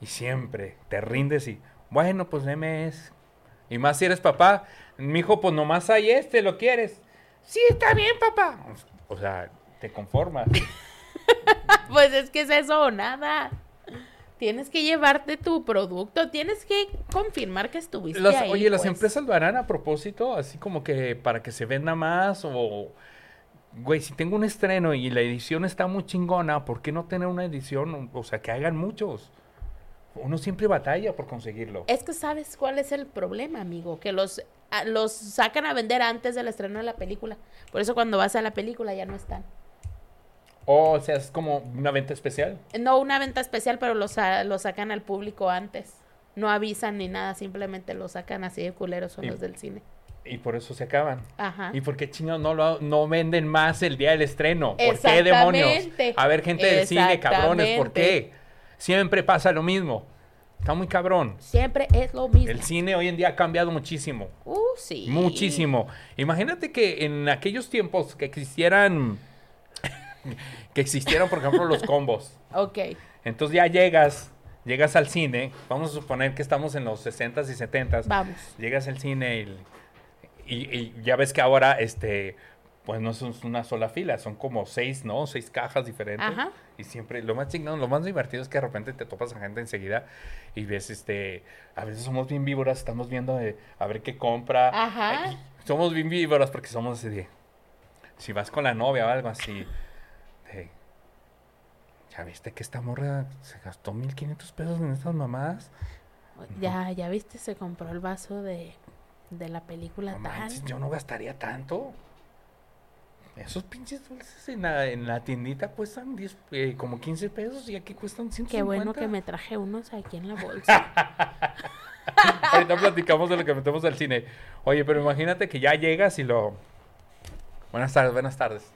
Speaker 1: Y siempre te rindes y, bueno, pues deme ese. Y más si eres papá, mi hijo, pues nomás hay este, ¿lo quieres? Sí, está bien, papá. O sea, te conformas.
Speaker 2: Pues es que es eso o nada. Tienes que llevarte tu producto, tienes que confirmar que estuviste
Speaker 1: Las-
Speaker 2: ahí.
Speaker 1: oye, las
Speaker 2: pues.
Speaker 1: empresas lo harán a propósito, así como que para que se venda más o... Güey, si tengo un estreno y la edición está muy chingona, ¿por qué no tener una edición? O sea, que hagan muchos. Uno siempre batalla por conseguirlo.
Speaker 2: Es que sabes cuál es el problema, amigo, que los a- los sacan a vender antes del estreno de la película. Por eso cuando vas a la película ya no están.
Speaker 1: O sea, es como una venta especial.
Speaker 2: No una venta especial, pero los, sa- los sacan al público antes. No avisan ni nada, simplemente los sacan así de culeros son
Speaker 1: Y-
Speaker 2: los del cine.
Speaker 1: Y por eso se acaban.
Speaker 2: Ajá.
Speaker 1: ¿Y por qué chingados no, lo, no venden más el día del estreno? ¿Por qué demonios?
Speaker 2: Exactamente.
Speaker 1: A ver, gente del cine, cabrones, ¿por
Speaker 2: Exactamente.
Speaker 1: qué? Siempre pasa lo mismo. Está muy cabrón.
Speaker 2: Siempre es lo mismo.
Speaker 1: El cine hoy en día ha cambiado muchísimo.
Speaker 2: Uh, sí.
Speaker 1: Muchísimo. Imagínate que en aquellos tiempos que existieran. [laughs] que existieran, por ejemplo, los combos.
Speaker 2: Ok.
Speaker 1: Entonces ya llegas, llegas al cine. Vamos a suponer que estamos en los 60s y 70s.
Speaker 2: Vamos.
Speaker 1: Llegas al cine y, y- y ya ves que ahora, este, pues no es un- una sola fila, son como seis, ¿no? Seis cajas diferentes.
Speaker 2: Ajá.
Speaker 1: Y siempre, lo más chingón, lo más divertido es que de repente te topas a gente enseguida y ves, este, a veces somos bien víboras, estamos viendo de, a ver qué compra.
Speaker 2: Ajá.
Speaker 1: Ay, somos bien víboras porque somos así de, si vas con la novia o algo así, de, ya viste que esta morra se gastó 1500 pesos en estas mamadas.
Speaker 2: Ya, ya viste, se compró el vaso de, de la película
Speaker 1: No
Speaker 2: tal.
Speaker 1: manches, yo no gastaría tanto. Esos pinches dulces en la, en la tiendita cuestan 10, eh, como 15 pesos y aquí cuestan 150.
Speaker 2: Qué bueno que me traje unos aquí en la bolsa.
Speaker 1: Ahorita platicamos de lo que metemos al cine. Oye, pero imagínate que ya llegas y lo... Buenas tardes, buenas tardes.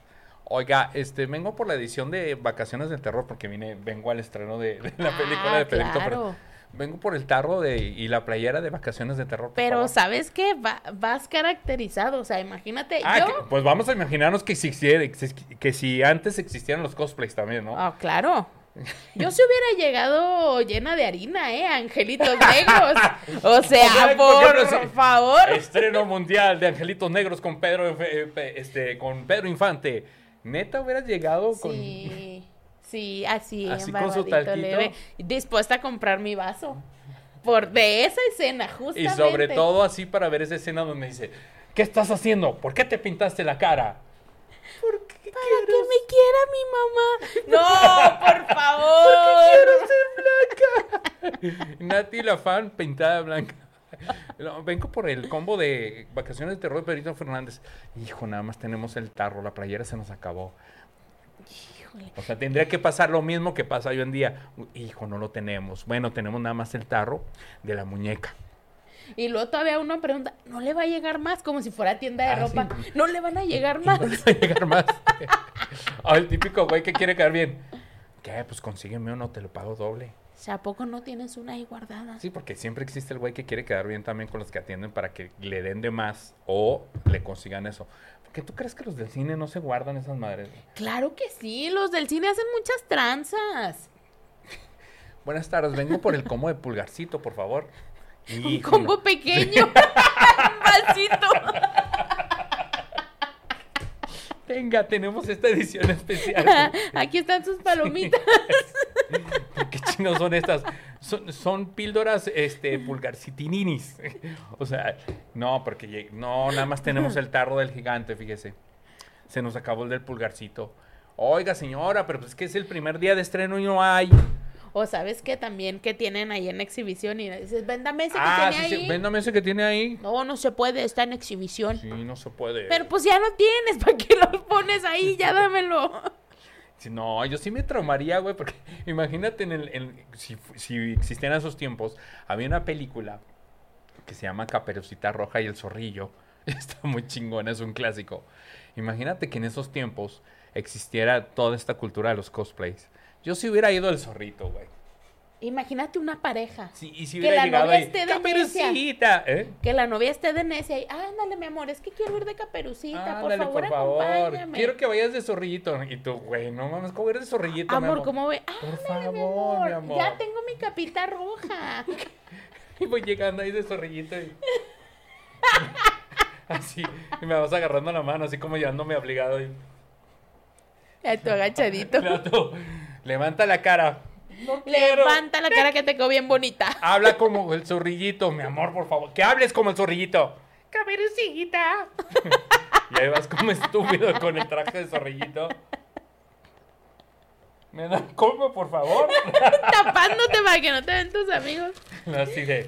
Speaker 1: Oiga, este, vengo por la edición de Vacaciones del Terror porque vine, vengo al estreno de, de [laughs] la película
Speaker 2: Ah,
Speaker 1: de Pedrito Fernández.
Speaker 2: claro.
Speaker 1: Vengo por el tarro de, y la playera de Vacaciones de Terror. por
Speaker 2: Pero
Speaker 1: favor.
Speaker 2: sabes qué? Va- vas caracterizado, o sea, imagínate
Speaker 1: Ah,
Speaker 2: yo.
Speaker 1: que- pues vamos a imaginarnos que, existiera- que si antes existieran los cosplays también, ¿no?
Speaker 2: Ah, claro. Yo se hubiera llegado llena de harina, eh, angelitos negros.
Speaker 1: [laughs]
Speaker 2: O sea,
Speaker 1: Ay, ¿por qué
Speaker 2: por,
Speaker 1: no se-
Speaker 2: favor.
Speaker 1: Estreno mundial de Angelitos Negros con Pedro, eh, pe- este, con Pedro Infante. Neta hubieras llegado con.
Speaker 2: Sí, sí, así,
Speaker 1: Así con su
Speaker 2: embarradito,
Speaker 1: talquito.
Speaker 2: leve, dispuesta a comprar mi vaso. Por de esa escena,
Speaker 1: Y
Speaker 2: justamente.
Speaker 1: sobre todo así para ver esa escena donde dice, ¿qué estás haciendo? ¿Por qué te pintaste la cara? ¿Por qué
Speaker 2: Para que
Speaker 1: [laughs]
Speaker 2: me quiera mi [laughs] mamá. No, por favor.
Speaker 1: Nati la fan pintada blanca. [laughs] No, Vengo por el combo de vacaciones de terror de Pedrito Fernández. Hijo, nada más tenemos el tarro, la playera se nos acabó.
Speaker 2: Híjole.
Speaker 1: O sea, tendría que pasar lo mismo que pasa hoy en día. U- Hijo, no lo tenemos. Bueno, tenemos nada más el tarro de la muñeca. [laughs]
Speaker 2: Y luego todavía uno pregunta, ¿no le va a llegar más? Como si fuera tienda de
Speaker 1: Ah,
Speaker 2: ropa.
Speaker 1: sí.
Speaker 2: No le van a llegar más.
Speaker 1: No le va a llegar más. [laughs] o el típico güey que quiere quedar bien. ¿Qué? Pues consígueme uno, te lo pago doble.
Speaker 2: O sea, ¿a poco no tienes una ahí guardada?
Speaker 1: Sí, porque siempre existe el güey que quiere quedar bien también con los que atienden para que le den de más o le consigan eso. Porque tú crees que los del cine no se guardan esas madres.
Speaker 2: Claro que sí, los del cine hacen muchas tranzas.
Speaker 1: Buenas tardes, vengo por el combo de pulgarcito, por favor.
Speaker 2: [laughs] Un
Speaker 1: Híjole.
Speaker 2: combo
Speaker 1: [laughs]
Speaker 2: pequeño. Un vasito.
Speaker 1: Venga, tenemos esta edición
Speaker 2: [laughs]
Speaker 1: especial.
Speaker 2: Aquí están sus palomitas.
Speaker 1: ¿Qué chinos son estas? Son, son píldoras este, pulgarcitininis. [laughs] O sea, no, porque lleg- no, nada más tenemos el tarro del gigante, fíjese. Se nos acabó el del pulgarcito. Oiga, señora, pero pues es que es el primer día de estreno y no hay.
Speaker 2: O sabes que también que tienen ahí en exhibición y dices, véndame ese que
Speaker 1: Ah,
Speaker 2: tenía
Speaker 1: sí,
Speaker 2: ahí.
Speaker 1: sí, véndame ese que tiene ahí.
Speaker 2: No, no se puede, está en exhibición.
Speaker 1: Sí, no se puede.
Speaker 2: Pero pues ya lo tienes, ¿para qué lo pones ahí? Ya dámelo.
Speaker 1: Sí, No, yo sí me traumaría, güey, porque [laughs] imagínate en el, en- si, fu- si existían esos tiempos, había una película que se llama Caperucita Roja y el Zorrillo. [laughs] Está muy chingona, es un clásico. Imagínate que en esos tiempos existiera toda esta cultura de los cosplays. Yo si hubiera ido el zorrito, güey.
Speaker 2: Imagínate una pareja.
Speaker 1: Sí, y si
Speaker 2: Que
Speaker 1: hubiera
Speaker 2: la
Speaker 1: llegado
Speaker 2: novia
Speaker 1: ahí,
Speaker 2: esté de
Speaker 1: Caperucita, ¿eh?
Speaker 2: Que la novia esté de necia y, ándale, mi amor, es que quiero ir de caperucita, por
Speaker 1: Ándale,
Speaker 2: favor,
Speaker 1: por favor.
Speaker 2: acompáñame.
Speaker 1: Quiero que vayas de zorrillito. Y tú, güey, no mames, ¿cómo eres de zorrillito, mi
Speaker 2: Amor, ¿cómo ve?
Speaker 1: Por
Speaker 2: Ándale, mi
Speaker 1: favor,
Speaker 2: amor,
Speaker 1: mi amor.
Speaker 2: ya tengo mi capita roja.
Speaker 1: Y voy llegando ahí de zorrillito y... [laughs] así, y me vas agarrando la mano, así como llevándome obligado. Y...
Speaker 2: [laughs] Ya tú agachadito.
Speaker 1: Claro, tú, levanta la cara. No quiero.
Speaker 2: Levanta la cara que te quedó bien bonita.
Speaker 1: Habla como el zorrillito, mi amor, por favor. Que hables como el zorrillito. Caberucita. y ahí vas como estúpido con el traje de zorrillito. Me da como, por favor.
Speaker 2: [laughs] Tapándote para que no te ven tus amigos.
Speaker 1: Así de.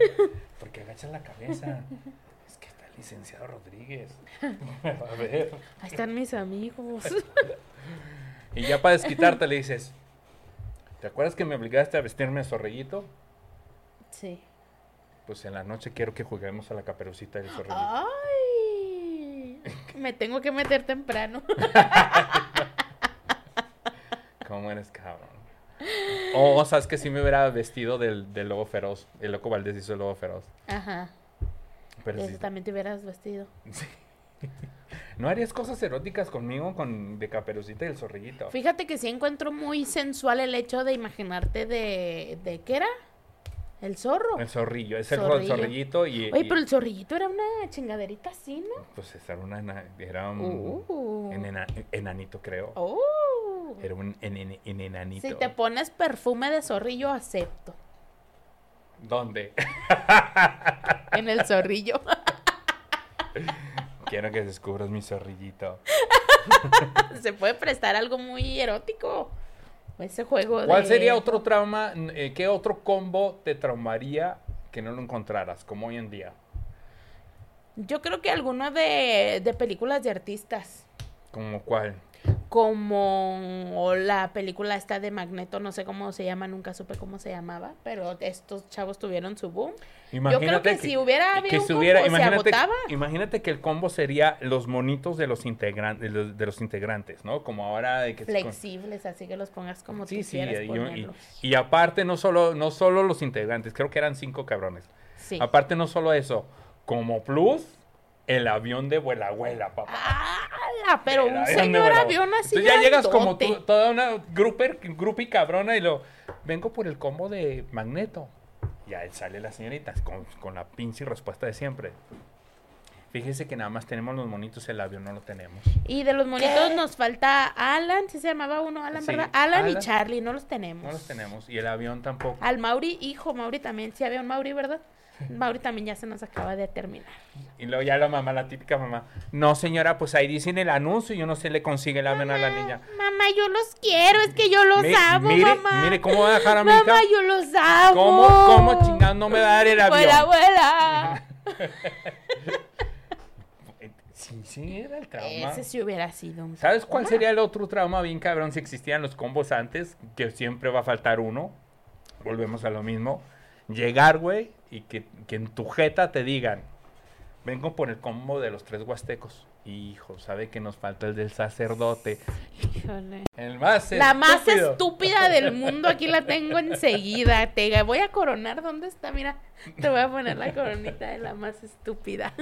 Speaker 1: Porque agachas la cabeza. Es que está el licenciado Rodríguez. [laughs] A ver.
Speaker 2: Ahí están mis amigos.
Speaker 1: Y ya para desquitarte le dices, ¿te acuerdas que me obligaste a vestirme a zorrillito?
Speaker 2: Sí.
Speaker 1: Pues en la noche quiero que juguemos a la caperucita del
Speaker 2: Ah.
Speaker 1: zorrillito.
Speaker 2: Ay. Me tengo que meter temprano.
Speaker 1: ¿Cómo eres, cabrón? O sabes que sí me hubiera vestido del, del lobo feroz. El loco Valdés hizo el lobo feroz.
Speaker 2: Ajá.
Speaker 1: Pero
Speaker 2: De
Speaker 1: sí-
Speaker 2: eso también te hubieras vestido.
Speaker 1: sí. ¿No harías cosas eróticas conmigo con de caperucita y el zorrillito?
Speaker 2: Fíjate que sí encuentro muy sensual el hecho de imaginarte de. ¿De qué era? El zorro.
Speaker 1: El zorrillo, es el
Speaker 2: Zorrillo.
Speaker 1: zorrillito y,
Speaker 2: Oye,
Speaker 1: y-
Speaker 2: pero el zorrillito era una chingaderita así, ¿no?
Speaker 1: pues era una ena- era un
Speaker 2: Uh.
Speaker 1: enena- enanito creo.
Speaker 2: Oh.
Speaker 1: Era un enen- enenanito.
Speaker 2: Si te pones perfume de zorrillo, acepto.
Speaker 1: ¿Dónde? [laughs]
Speaker 2: En el zorrillo. [laughs]
Speaker 1: Quiero que descubras mi zorrillito.
Speaker 2: Se puede prestar algo muy erótico. Ese juego
Speaker 1: ¿Cuál
Speaker 2: de-
Speaker 1: sería otro trauma? n- eh, ¿Qué otro combo te traumaría que no lo encontraras, como hoy en día?
Speaker 2: Yo creo que alguno de, de películas de artistas.
Speaker 1: ¿Como cuál?
Speaker 2: Como o la película esta de Magneto, no sé cómo se llama, nunca supe cómo se llamaba, pero estos chavos tuvieron su boom. Yo creo que, si hubiera habido un
Speaker 1: se
Speaker 2: combo,
Speaker 1: hubiera-
Speaker 2: se
Speaker 1: imagínate,
Speaker 2: agotaba.
Speaker 1: imagínate que el combo sería los monitos de los, integran- de los, de los integrantes, ¿no? Como ahora de que...
Speaker 2: Flexibles, así que los pongas como
Speaker 1: Sí,
Speaker 2: tú
Speaker 1: sí,
Speaker 2: quieras
Speaker 1: y- y,
Speaker 2: ponerlos.
Speaker 1: y aparte no solo, no solo los integrantes, creo que eran cinco cabrones.
Speaker 2: Sí.
Speaker 1: Aparte no solo eso, como plus, el avión de vuela abuela, papá.
Speaker 2: ¡Hala! Ah, Pero
Speaker 1: Era
Speaker 2: un
Speaker 1: avión de
Speaker 2: señor
Speaker 1: volado.
Speaker 2: avión así.
Speaker 1: Entonces ya llegas como
Speaker 2: grandote.
Speaker 1: tú, toda una gruper, grupi cabrona y lo vengo por el combo de Magneto. Ya sale la señorita con, con la pinche respuesta de siempre. Fíjese que nada más tenemos los monitos, el avión no lo tenemos.
Speaker 2: Y de los monitos nos falta Alan, si se llamaba uno Alan,
Speaker 1: Sí,
Speaker 2: ¿verdad? Alan, y
Speaker 1: Alan.
Speaker 2: Charlie, no los tenemos.
Speaker 1: No los tenemos y el avión tampoco.
Speaker 2: Al Mauri, hijo, Mauri también, sí había un Mauri, ¿verdad? Mauri también ya se nos acaba de terminar.
Speaker 1: Y luego ya la mamá, la típica mamá. No, señora, pues ahí dicen el anuncio y uno se le consigue el avión a la niña.
Speaker 2: Mamá, yo los quiero, es que yo los
Speaker 1: Mi-
Speaker 2: amo,
Speaker 1: mire,
Speaker 2: mamá.
Speaker 1: mire cómo va a dejar a mi hija.
Speaker 2: mamá, yo los amo.
Speaker 1: ¿Cómo, cómo chingado no me va a dar el avión? [laughs]
Speaker 2: Abuela, abuela.
Speaker 1: Eh, Sí, sí, era el trauma.
Speaker 2: Ese sí hubiera sido un
Speaker 1: ¿Sabes cuál
Speaker 2: trauma.
Speaker 1: sería el otro trauma bien cabrón si existían los combos antes? Que siempre va a faltar uno. Volvemos a lo mismo. Llegar, güey, y que, que en tu jeta te digan, vengo por el combo de los tres huastecos. Hijo, sabe que nos falta el del sacerdote.
Speaker 2: Híjole.
Speaker 1: El más
Speaker 2: La más
Speaker 1: estúpido.
Speaker 2: estúpida del mundo, aquí la tengo enseguida. Te voy a coronar, ¿dónde está? Mira, te voy a poner la coronita de la más estúpida.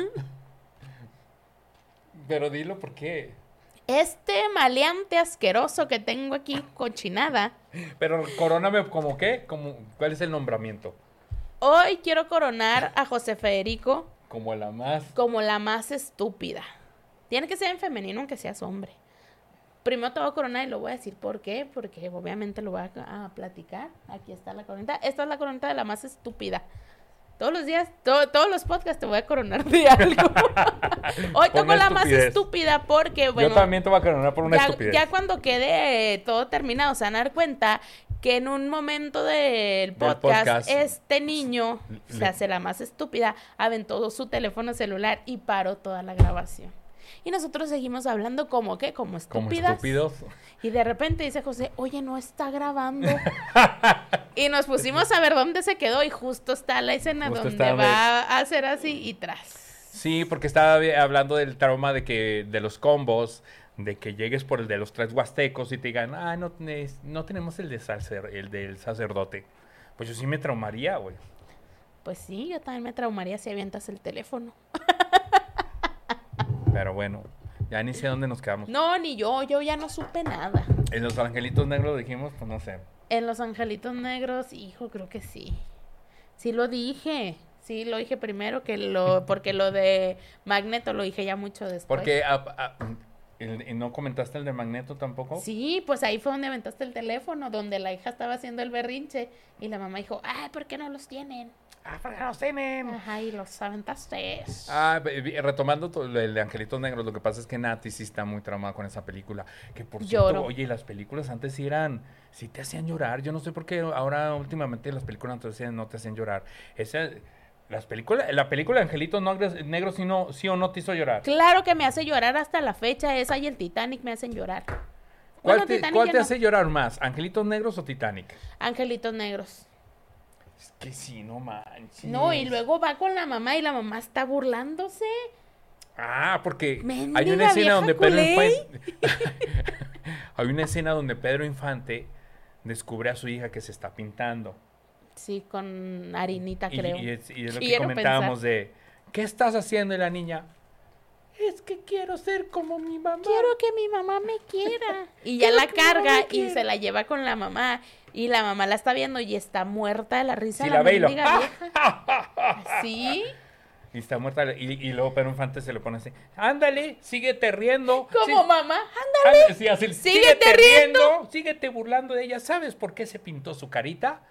Speaker 1: Pero dilo por qué.
Speaker 2: Este maleante asqueroso que tengo aquí, cochinada,
Speaker 1: Pero coróname como qué, como, ¿cuál es el nombramiento?
Speaker 2: hoy quiero coronar a José Federico
Speaker 1: Como la más...
Speaker 2: como la más estúpida. Tiene que ser en femenino, aunque seas hombre. Primero te voy a coronar y lo voy a decir por qué, porque obviamente lo voy a, a platicar. Aquí está la coronita. Esta es la coronita de la más estúpida. Todos los días, to- todos los podcasts te voy a coronar de [laughs]
Speaker 1: [laughs]
Speaker 2: algo. Hoy
Speaker 1: Por
Speaker 2: toco
Speaker 1: una
Speaker 2: la más
Speaker 1: estupidez.
Speaker 2: estúpida porque, bueno,
Speaker 1: Yo también te voy a coronar por una
Speaker 2: ya,
Speaker 1: estupidez.
Speaker 2: ya cuando quede eh, todo terminado, se van a dar cuenta que en un momento del podcast,
Speaker 1: podcast.
Speaker 2: este niño, se
Speaker 1: Le-
Speaker 2: hace la más estúpida, aventó su teléfono celular y paró toda la grabación. Y nosotros seguimos hablando como que, como
Speaker 1: Como
Speaker 2: estúpidas.
Speaker 1: estúpidos.
Speaker 2: Y de repente dice José, oye, no está grabando.
Speaker 1: [laughs]
Speaker 2: y nos pusimos a ver dónde se quedó y justo está la escena
Speaker 1: Justo
Speaker 2: donde
Speaker 1: está,
Speaker 2: va a hacer así y tras.
Speaker 1: Sí, porque estaba vi- hablando del trauma de que de los combos, de que llegues por el de los tres huastecos y te digan, ah, no, tenés- no tenemos el, de sacer- el del sacerdote. Pues yo sí me traumaría, güey.
Speaker 2: Pues sí, yo también me traumaría si avientas el teléfono.
Speaker 1: Pero bueno, ya ni sé dónde nos quedamos.
Speaker 2: No, ni yo, yo ya no supe nada.
Speaker 1: En los angelitos negros dijimos, pues no sé.
Speaker 2: En Los Angelitos Negros, hijo, creo que sí. Sí lo dije. Sí lo dije [laughs] primero que lo porque lo de Magneto lo dije ya mucho después.
Speaker 1: Porque a- a- El- ¿Y no comentaste el de Magneto tampoco?
Speaker 2: Sí, pues ahí fue donde aventaste el teléfono, donde la hija estaba haciendo el berrinche y la mamá dijo, ay, ¿por qué no los tienen?
Speaker 1: Ah, porque los tienen.
Speaker 2: Ajá, y los aventaste.
Speaker 1: Ah, pe- vi- retomando to- el de Angelitos Negros, lo que pasa es que Nati sí está muy traumada con esa película. Que por cierto,
Speaker 2: Lloro.
Speaker 1: oye, las películas antes sí eran, sí te hacían llorar. Yo no sé por qué ahora últimamente las películas antes sí no te hacían llorar. Esa, las películas, la película de Angelitos Negros, Negros sí, no, sí o no te hizo llorar.
Speaker 2: Claro que me hace llorar hasta la fecha esa y el Titanic me hacen llorar.
Speaker 1: ¿Cuál
Speaker 2: Bueno,
Speaker 1: te,
Speaker 2: Titanic
Speaker 1: cuál
Speaker 2: ya
Speaker 1: te
Speaker 2: no.
Speaker 1: hace llorar más, Angelitos Negros o Titanic?
Speaker 2: Angelitos negros.
Speaker 1: Es que sí, no manches.
Speaker 2: No, y luego va con la mamá y la mamá está burlándose.
Speaker 1: Ah, porque
Speaker 2: Mendiga
Speaker 1: hay una escena
Speaker 2: vieja
Speaker 1: donde Pedro
Speaker 2: culé.
Speaker 1: Infante.
Speaker 2: [laughs]
Speaker 1: [laughs] hay una escena donde Pedro Infante descubre a su hija que se está pintando.
Speaker 2: Sí, con harinita,
Speaker 1: Y,
Speaker 2: creo.
Speaker 1: y es, y es lo que
Speaker 2: Quiero
Speaker 1: comentábamos de ¿qué estás haciendo? Y la niña. Es que quiero ser como mi mamá.
Speaker 2: Quiero que mi mamá me quiera. [laughs] Y ya la
Speaker 1: que mi mamá me
Speaker 2: carga y
Speaker 1: quiera.
Speaker 2: se la lleva con la mamá. Y la mamá la está viendo y está muerta de la risa.
Speaker 1: Si
Speaker 2: la
Speaker 1: la ve y lo-
Speaker 2: mendiga
Speaker 1: ¡Ah! [laughs]
Speaker 2: vieja. Sí,
Speaker 1: Y está muerta. Y, y luego Pedro Infante se le pone así. Ándale, síguete riendo.
Speaker 2: como
Speaker 1: sí,
Speaker 2: mamá. Anda.
Speaker 1: ándale, sí, hace el,
Speaker 2: Síguete
Speaker 1: síguete riendo. Síguete burlando de ella. ¿Sabes por qué se pintó su carita?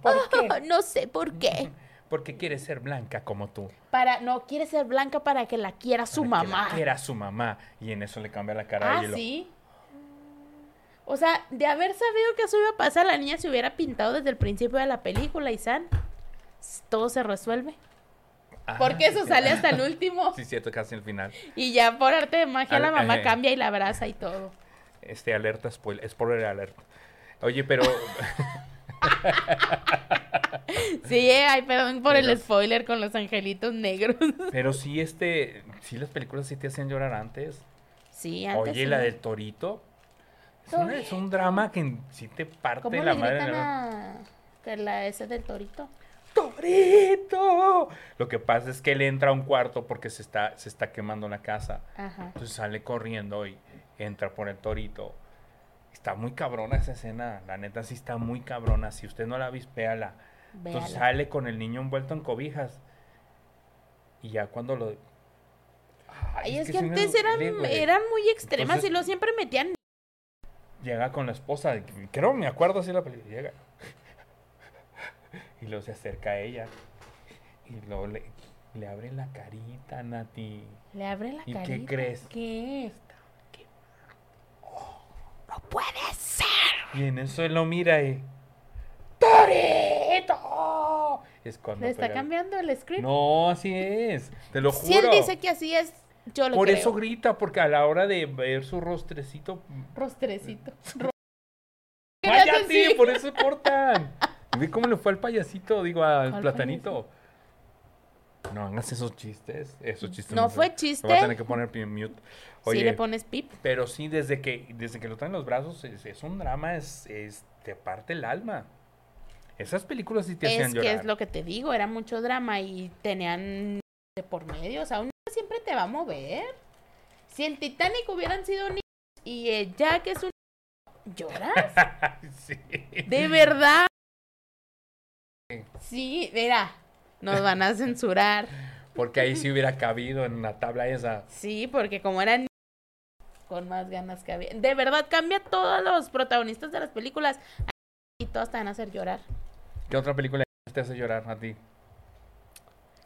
Speaker 1: ¿Por
Speaker 2: Ah.
Speaker 1: qué?
Speaker 2: No sé por qué.
Speaker 1: Porque quiere ser blanca como tú.
Speaker 2: Para, no, quiere ser blanca para que la quiera su
Speaker 1: Para que la
Speaker 2: mamá.
Speaker 1: quiera su mamá. Y en eso le cambia la cara de
Speaker 2: Ah,
Speaker 1: hielo.
Speaker 2: sí. O sea, de haber sabido que eso iba a pasar, la niña se hubiera pintado desde el principio de la película y san. Todo se resuelve.
Speaker 1: Ah,
Speaker 2: Porque eso
Speaker 1: sí,
Speaker 2: sale
Speaker 1: [laughs]
Speaker 2: hasta el último.
Speaker 1: Sí, cierto, casi al final.
Speaker 2: Y ya por arte de magia
Speaker 1: Al-
Speaker 2: la mamá
Speaker 1: ajá.
Speaker 2: cambia y la abraza y todo.
Speaker 1: Este alerta, spoiler, spoiler alert. Oye,
Speaker 2: [laughs]
Speaker 1: pero
Speaker 2: Sí, eh, ay, perdón por el
Speaker 1: Pero-
Speaker 2: spoiler con los angelitos negros.
Speaker 1: pero sí este, sí las películas sí te hacían llorar antes.
Speaker 2: Sí, antes.
Speaker 1: Oye,
Speaker 2: sí.
Speaker 1: la del Torito. Es, una- es un drama que sí te parte
Speaker 2: ¿Cómo
Speaker 1: la
Speaker 2: le
Speaker 1: madre. en
Speaker 2: gritan
Speaker 1: la-
Speaker 2: a que la ese del torito?
Speaker 1: Torito. Lo que pasa es que él entra a un cuarto porque se está se está quemando la casa.
Speaker 2: Ajá.
Speaker 1: Entonces sale corriendo y entra por el torito. Está muy cabrona esa escena, la neta sí está muy cabrona. Si usted no la viste, véala. Entonces
Speaker 2: véala.
Speaker 1: sale con el niño envuelto en cobijas. Y ya cuando lo. Ay,
Speaker 2: Ay, es, que,
Speaker 1: sí me
Speaker 2: antes
Speaker 1: duele,
Speaker 2: eran,
Speaker 1: güey.
Speaker 2: eran muy extremas
Speaker 1: Entonces-
Speaker 2: y lo siempre metían.
Speaker 1: Llega con la esposa, creo, me acuerdo así la película. Llega. [laughs] Y luego se acerca a ella. Y luego le, le abre la carita, Nati.
Speaker 2: Le abre la
Speaker 1: ¿Y qué
Speaker 2: carita.
Speaker 1: crees?
Speaker 2: ¿Qué? No puede ser.
Speaker 1: Y en eso él lo mira y. ¡Torito! Es cuando.
Speaker 2: Le está
Speaker 1: pega el-
Speaker 2: cambiando el script.
Speaker 1: No, así es. Te lo juro.
Speaker 2: si él dice que así es, yo lo
Speaker 1: Por
Speaker 2: creo.
Speaker 1: eso grita, porque a la hora de ver su rostrecito.
Speaker 2: Rostrecito. Ro- ¿Qué le hace
Speaker 1: ¡Cállate!
Speaker 2: así?
Speaker 1: Por eso
Speaker 2: [laughs]
Speaker 1: cortan. Ve cómo le fue al payasito, digo, al
Speaker 2: ¿Cuál
Speaker 1: platanito. No hagas esos chistes. Esos chistes
Speaker 2: No
Speaker 1: se-
Speaker 2: fue
Speaker 1: me
Speaker 2: chiste.
Speaker 1: Voy a tener que poner pi- mute. Oye,
Speaker 2: Si le pones pip.
Speaker 1: pero sí, desde que, desde que lo traen en los brazos, es, es un drama, es, es- te parte el alma. Esas películas sí te
Speaker 2: Es
Speaker 1: hacían
Speaker 2: que
Speaker 1: llorar. [laughs]
Speaker 2: es lo que te digo, era mucho drama y tenían de por medio, o sea, un niño siempre te va a mover. Si el Titanic hubieran sido niños y eh, ya que es un [laughs] niño, lloras,
Speaker 1: Sí. [laughs]
Speaker 2: de verdad. Sí, mira, nos van a censurar.
Speaker 1: Porque ahí sí hubiera cabido en la tabla esa.
Speaker 2: Sí, porque como eran niños, con más ganas que había. De verdad cambia todos los protagonistas de las películas y todos te van a hacer llorar.
Speaker 1: ¿Qué otra película te hace llorar a ti?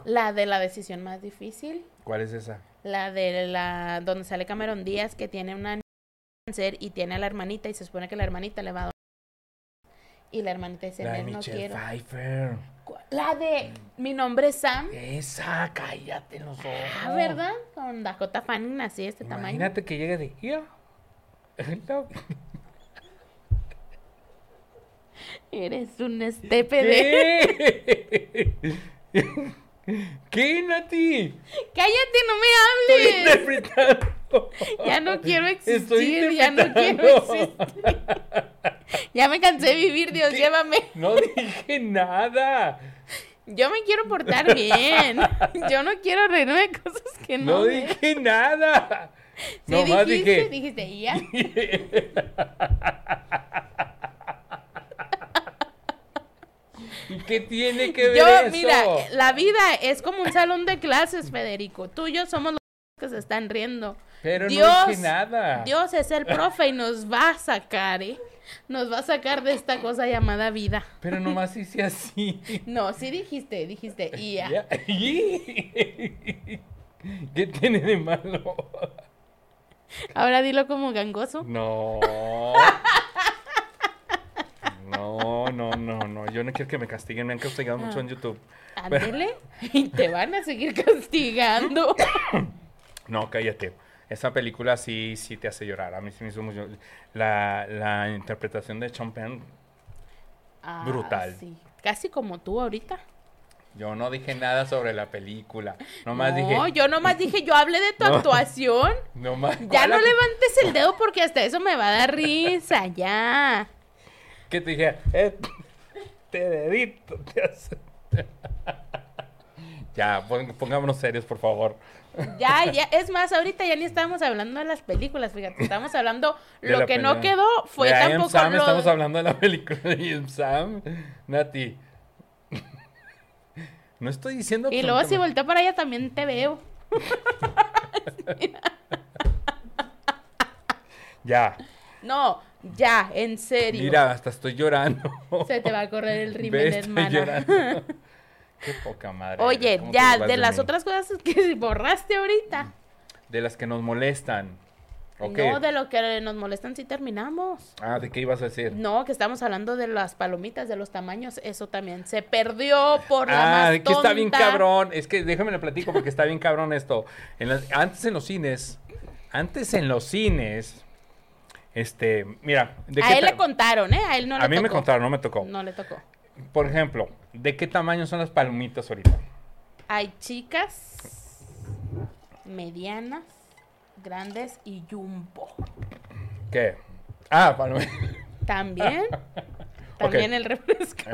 Speaker 2: La de la decisión más difícil.
Speaker 1: ¿Cuál es esa?
Speaker 2: La de la donde sale Cameron Díaz que tiene una niña con cáncer y tiene a la hermanita y se supone que la hermanita le va a donar. Y la hermanita dice,
Speaker 1: la de
Speaker 2: "Nel, no
Speaker 1: Michelle
Speaker 2: quiero.
Speaker 1: Pfeiffer.
Speaker 2: Cu- La de Mi nombre es Sam.
Speaker 1: Esa, cállate los ojos.
Speaker 2: Ah, ¿verdad? Con Dakota Fanning así de este tamaño.
Speaker 1: Imagínate que llegue de. [laughs] "Yeah, I love you".
Speaker 2: Eres un estepe
Speaker 1: [laughs]
Speaker 2: de...
Speaker 1: ¿Qué? [laughs] ¿Qué, Nati?
Speaker 2: ¡Cállate, no
Speaker 1: Estoy
Speaker 2: me hables!
Speaker 1: interpretando.
Speaker 2: [laughs] Ya no quiero
Speaker 1: Estoy
Speaker 2: existir, ya no quiero
Speaker 1: interpretando.
Speaker 2: existir. [laughs] Ya me cansé de vivir, Dios,
Speaker 1: ¿Qué?
Speaker 2: llévame.
Speaker 1: No dije nada.
Speaker 2: Yo me quiero
Speaker 1: [laughs]
Speaker 2: portar bien. Yo no quiero reírme de cosas que no...
Speaker 1: No,
Speaker 2: me-
Speaker 1: dije nada.
Speaker 2: Sí,
Speaker 1: Nomás dije.
Speaker 2: dijiste, dijiste, "Y ya.
Speaker 1: ¿Y [laughs] qué tiene que ver
Speaker 2: Yo,
Speaker 1: eso?
Speaker 2: mira, la vida es como un salón de clases, Federico. Tú y yo somos los que se están riendo.
Speaker 1: Pero
Speaker 2: Dios,
Speaker 1: no dije nada.
Speaker 2: Dios es el profe y nos va a sacar, ¿eh? Nos va a sacar de esta cosa llamada vida.
Speaker 1: Pero nomás hice así.
Speaker 2: No, sí dijiste, dijiste, y [laughs] ya.
Speaker 1: Ya. ¿Qué tiene de malo?
Speaker 2: Ahora dilo como gangoso. [laughs]
Speaker 1: No. No, no, no, no. Yo no quiero que me castiguen. Me han castigado mucho
Speaker 2: Ah.
Speaker 1: en YouTube. [laughs]
Speaker 2: Ándele y te van a seguir castigando.
Speaker 1: No, cállate. Esa película sí, sí te hace llorar. A mí sí me hizo mucho. La, la interpretación de Champagne,
Speaker 2: Ah,
Speaker 1: Brutal.
Speaker 2: sí. Casi como tú ahorita.
Speaker 1: yo no dije nada sobre la película. Nomás dije.
Speaker 2: no, yo nomás dije, yo hablé de
Speaker 1: [laughs]
Speaker 2: tu
Speaker 1: No.
Speaker 2: actuación.
Speaker 1: Nomás,
Speaker 2: Ya
Speaker 1: ¿cuál
Speaker 2: no
Speaker 1: la-
Speaker 2: levantes el dedo porque hasta eso me va a dar risa, ya.
Speaker 1: Que te dije, eh, te dedito, te hace. [laughs] ya, pon- pongámonos serios, por favor.
Speaker 2: Ya, ya. Es más, ahorita ya ni estábamos hablando de las películas, fíjate. Estábamos hablando,
Speaker 1: De
Speaker 2: lo
Speaker 1: la
Speaker 2: que
Speaker 1: película.
Speaker 2: no quedó fue
Speaker 1: De I Am
Speaker 2: tampoco
Speaker 1: Sam,
Speaker 2: lo-
Speaker 1: estamos hablando de la película de I Am Sam. Nati. [laughs] no estoy diciendo
Speaker 2: Y luego si
Speaker 1: absolutamente-
Speaker 2: volteo para allá también te veo.
Speaker 1: Ya,
Speaker 2: No, ya, en serio.
Speaker 1: mira, hasta estoy llorando.
Speaker 2: Se te va a correr
Speaker 1: [laughs]
Speaker 2: el
Speaker 1: Ve,
Speaker 2: rímel,
Speaker 1: estoy
Speaker 2: hermana. [laughs]
Speaker 1: llorando. Qué poca madre. eres,
Speaker 2: Oye,
Speaker 1: ¿cómo te
Speaker 2: ya,
Speaker 1: burlas
Speaker 2: de las
Speaker 1: mí?
Speaker 2: otras cosas que [laughs] borraste ahorita.
Speaker 1: De las que nos molestan. Ok.
Speaker 2: No, de lo que nos molestan si terminamos.
Speaker 1: Ah, ¿de qué ibas a decir?
Speaker 2: No, que estamos hablando de las palomitas, de los tamaños. Eso también se perdió por la
Speaker 1: Ah,
Speaker 2: más
Speaker 1: de que está bien
Speaker 2: tonta.
Speaker 1: cabrón. Es que déjame le platico porque está bien cabrón esto. En las- antes en los cines, antes en los cines, este, mira, ¿de
Speaker 2: A
Speaker 1: qué
Speaker 2: él le
Speaker 1: ta-
Speaker 2: contaron, ¿eh? A él no le
Speaker 1: a mí me
Speaker 2: tocó.
Speaker 1: contaron, no me tocó.
Speaker 2: No le tocó.
Speaker 1: Por ejemplo, ¿de qué tamaño son las palomitas ahorita?
Speaker 2: Hay chicas, medianas, grandes y jumbo.
Speaker 1: ¿Qué? Ah, palomitas. [laughs]
Speaker 2: También, también el refresco.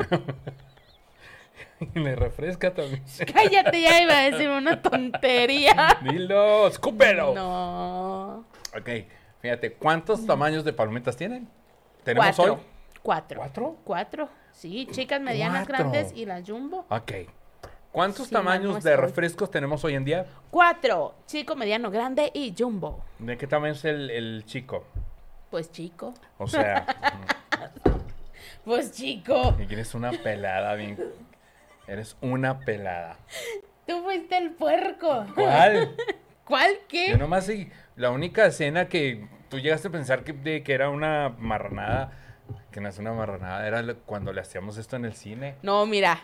Speaker 2: [laughs]
Speaker 1: me refresca también.
Speaker 2: Cállate, ya iba a decir una tontería.
Speaker 1: Dilo, escúpelo.
Speaker 2: No.
Speaker 1: Ok, fíjate, ¿cuántos tamaños de palomitas tienen? ¿Tenemos
Speaker 2: cuatro.
Speaker 1: hoy?
Speaker 2: Cuatro.
Speaker 1: ¿Cuatro?
Speaker 2: Cuatro. Sí, chicas medianas,
Speaker 1: Cuatro.
Speaker 2: grandes y las jumbo.
Speaker 1: Ok. ¿Cuántos
Speaker 2: Sí, mal no
Speaker 1: tamaños de
Speaker 2: estoy.
Speaker 1: refrescos tenemos hoy en día?
Speaker 2: Cuatro. Chico, mediano, grande y jumbo.
Speaker 1: ¿De qué tamaño es el, el chico?
Speaker 2: Pues chico.
Speaker 1: O
Speaker 2: [laughs]
Speaker 1: sea,
Speaker 2: Pues chico.
Speaker 1: eres una pelada, bien. Eres una pelada.
Speaker 2: Tú fuiste el puerco. [laughs]
Speaker 1: ¿Cuál?
Speaker 2: ¿Cuál qué?
Speaker 1: Yo nomás sí, la única escena que tú llegaste a pensar que, de que era una marranada, que no es una marranada, era lo- cuando le hacíamos esto en el cine.
Speaker 2: No, mira.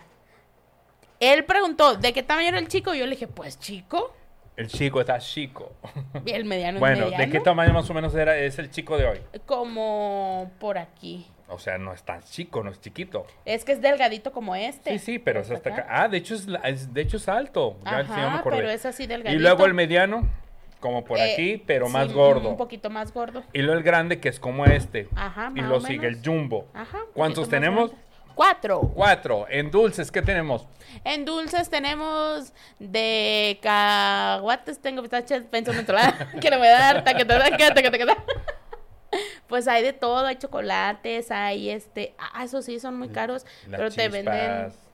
Speaker 2: Él preguntó, ¿de qué tamaño era el chico? Yo le dije, pues chico.
Speaker 1: El chico está chico. [laughs]
Speaker 2: Y el mediano es
Speaker 1: Bueno,
Speaker 2: mediano.
Speaker 1: ¿de qué tamaño más o menos era, es el chico de hoy?
Speaker 2: Como por aquí.
Speaker 1: O sea, no es tan chico, no es chiquito.
Speaker 2: Es que es delgadito como este.
Speaker 1: Sí, sí, pero es hasta acá. Ah, de hecho es, la- es- de hecho es alto. Ya sí, ya me
Speaker 2: Ajá,
Speaker 1: acordé.
Speaker 2: pero es así delgadito.
Speaker 1: Y luego el mediano, como por
Speaker 2: Eh,
Speaker 1: aquí, pero
Speaker 2: sí,
Speaker 1: más gordo.
Speaker 2: Un poquito más gordo.
Speaker 1: Y luego el grande, que es como este.
Speaker 2: Ajá,
Speaker 1: Y
Speaker 2: más
Speaker 1: luego
Speaker 2: o
Speaker 1: sigue el
Speaker 2: menos.
Speaker 1: jumbo.
Speaker 2: Ajá. un
Speaker 1: ¿Cuántos
Speaker 2: poquito más
Speaker 1: tenemos?
Speaker 2: grande. Cuatro.
Speaker 1: Cuatro. En dulces, ¿qué tenemos?
Speaker 2: En dulces tenemos de caguates, tengo pistaches, penso mentolada, [laughs] que le voy a dar, taquetada, taquetada. Pues hay de todo, hay chocolates, hay este, ah, esos sí son muy caros,
Speaker 1: Las
Speaker 2: pero te venden,
Speaker 1: chispas,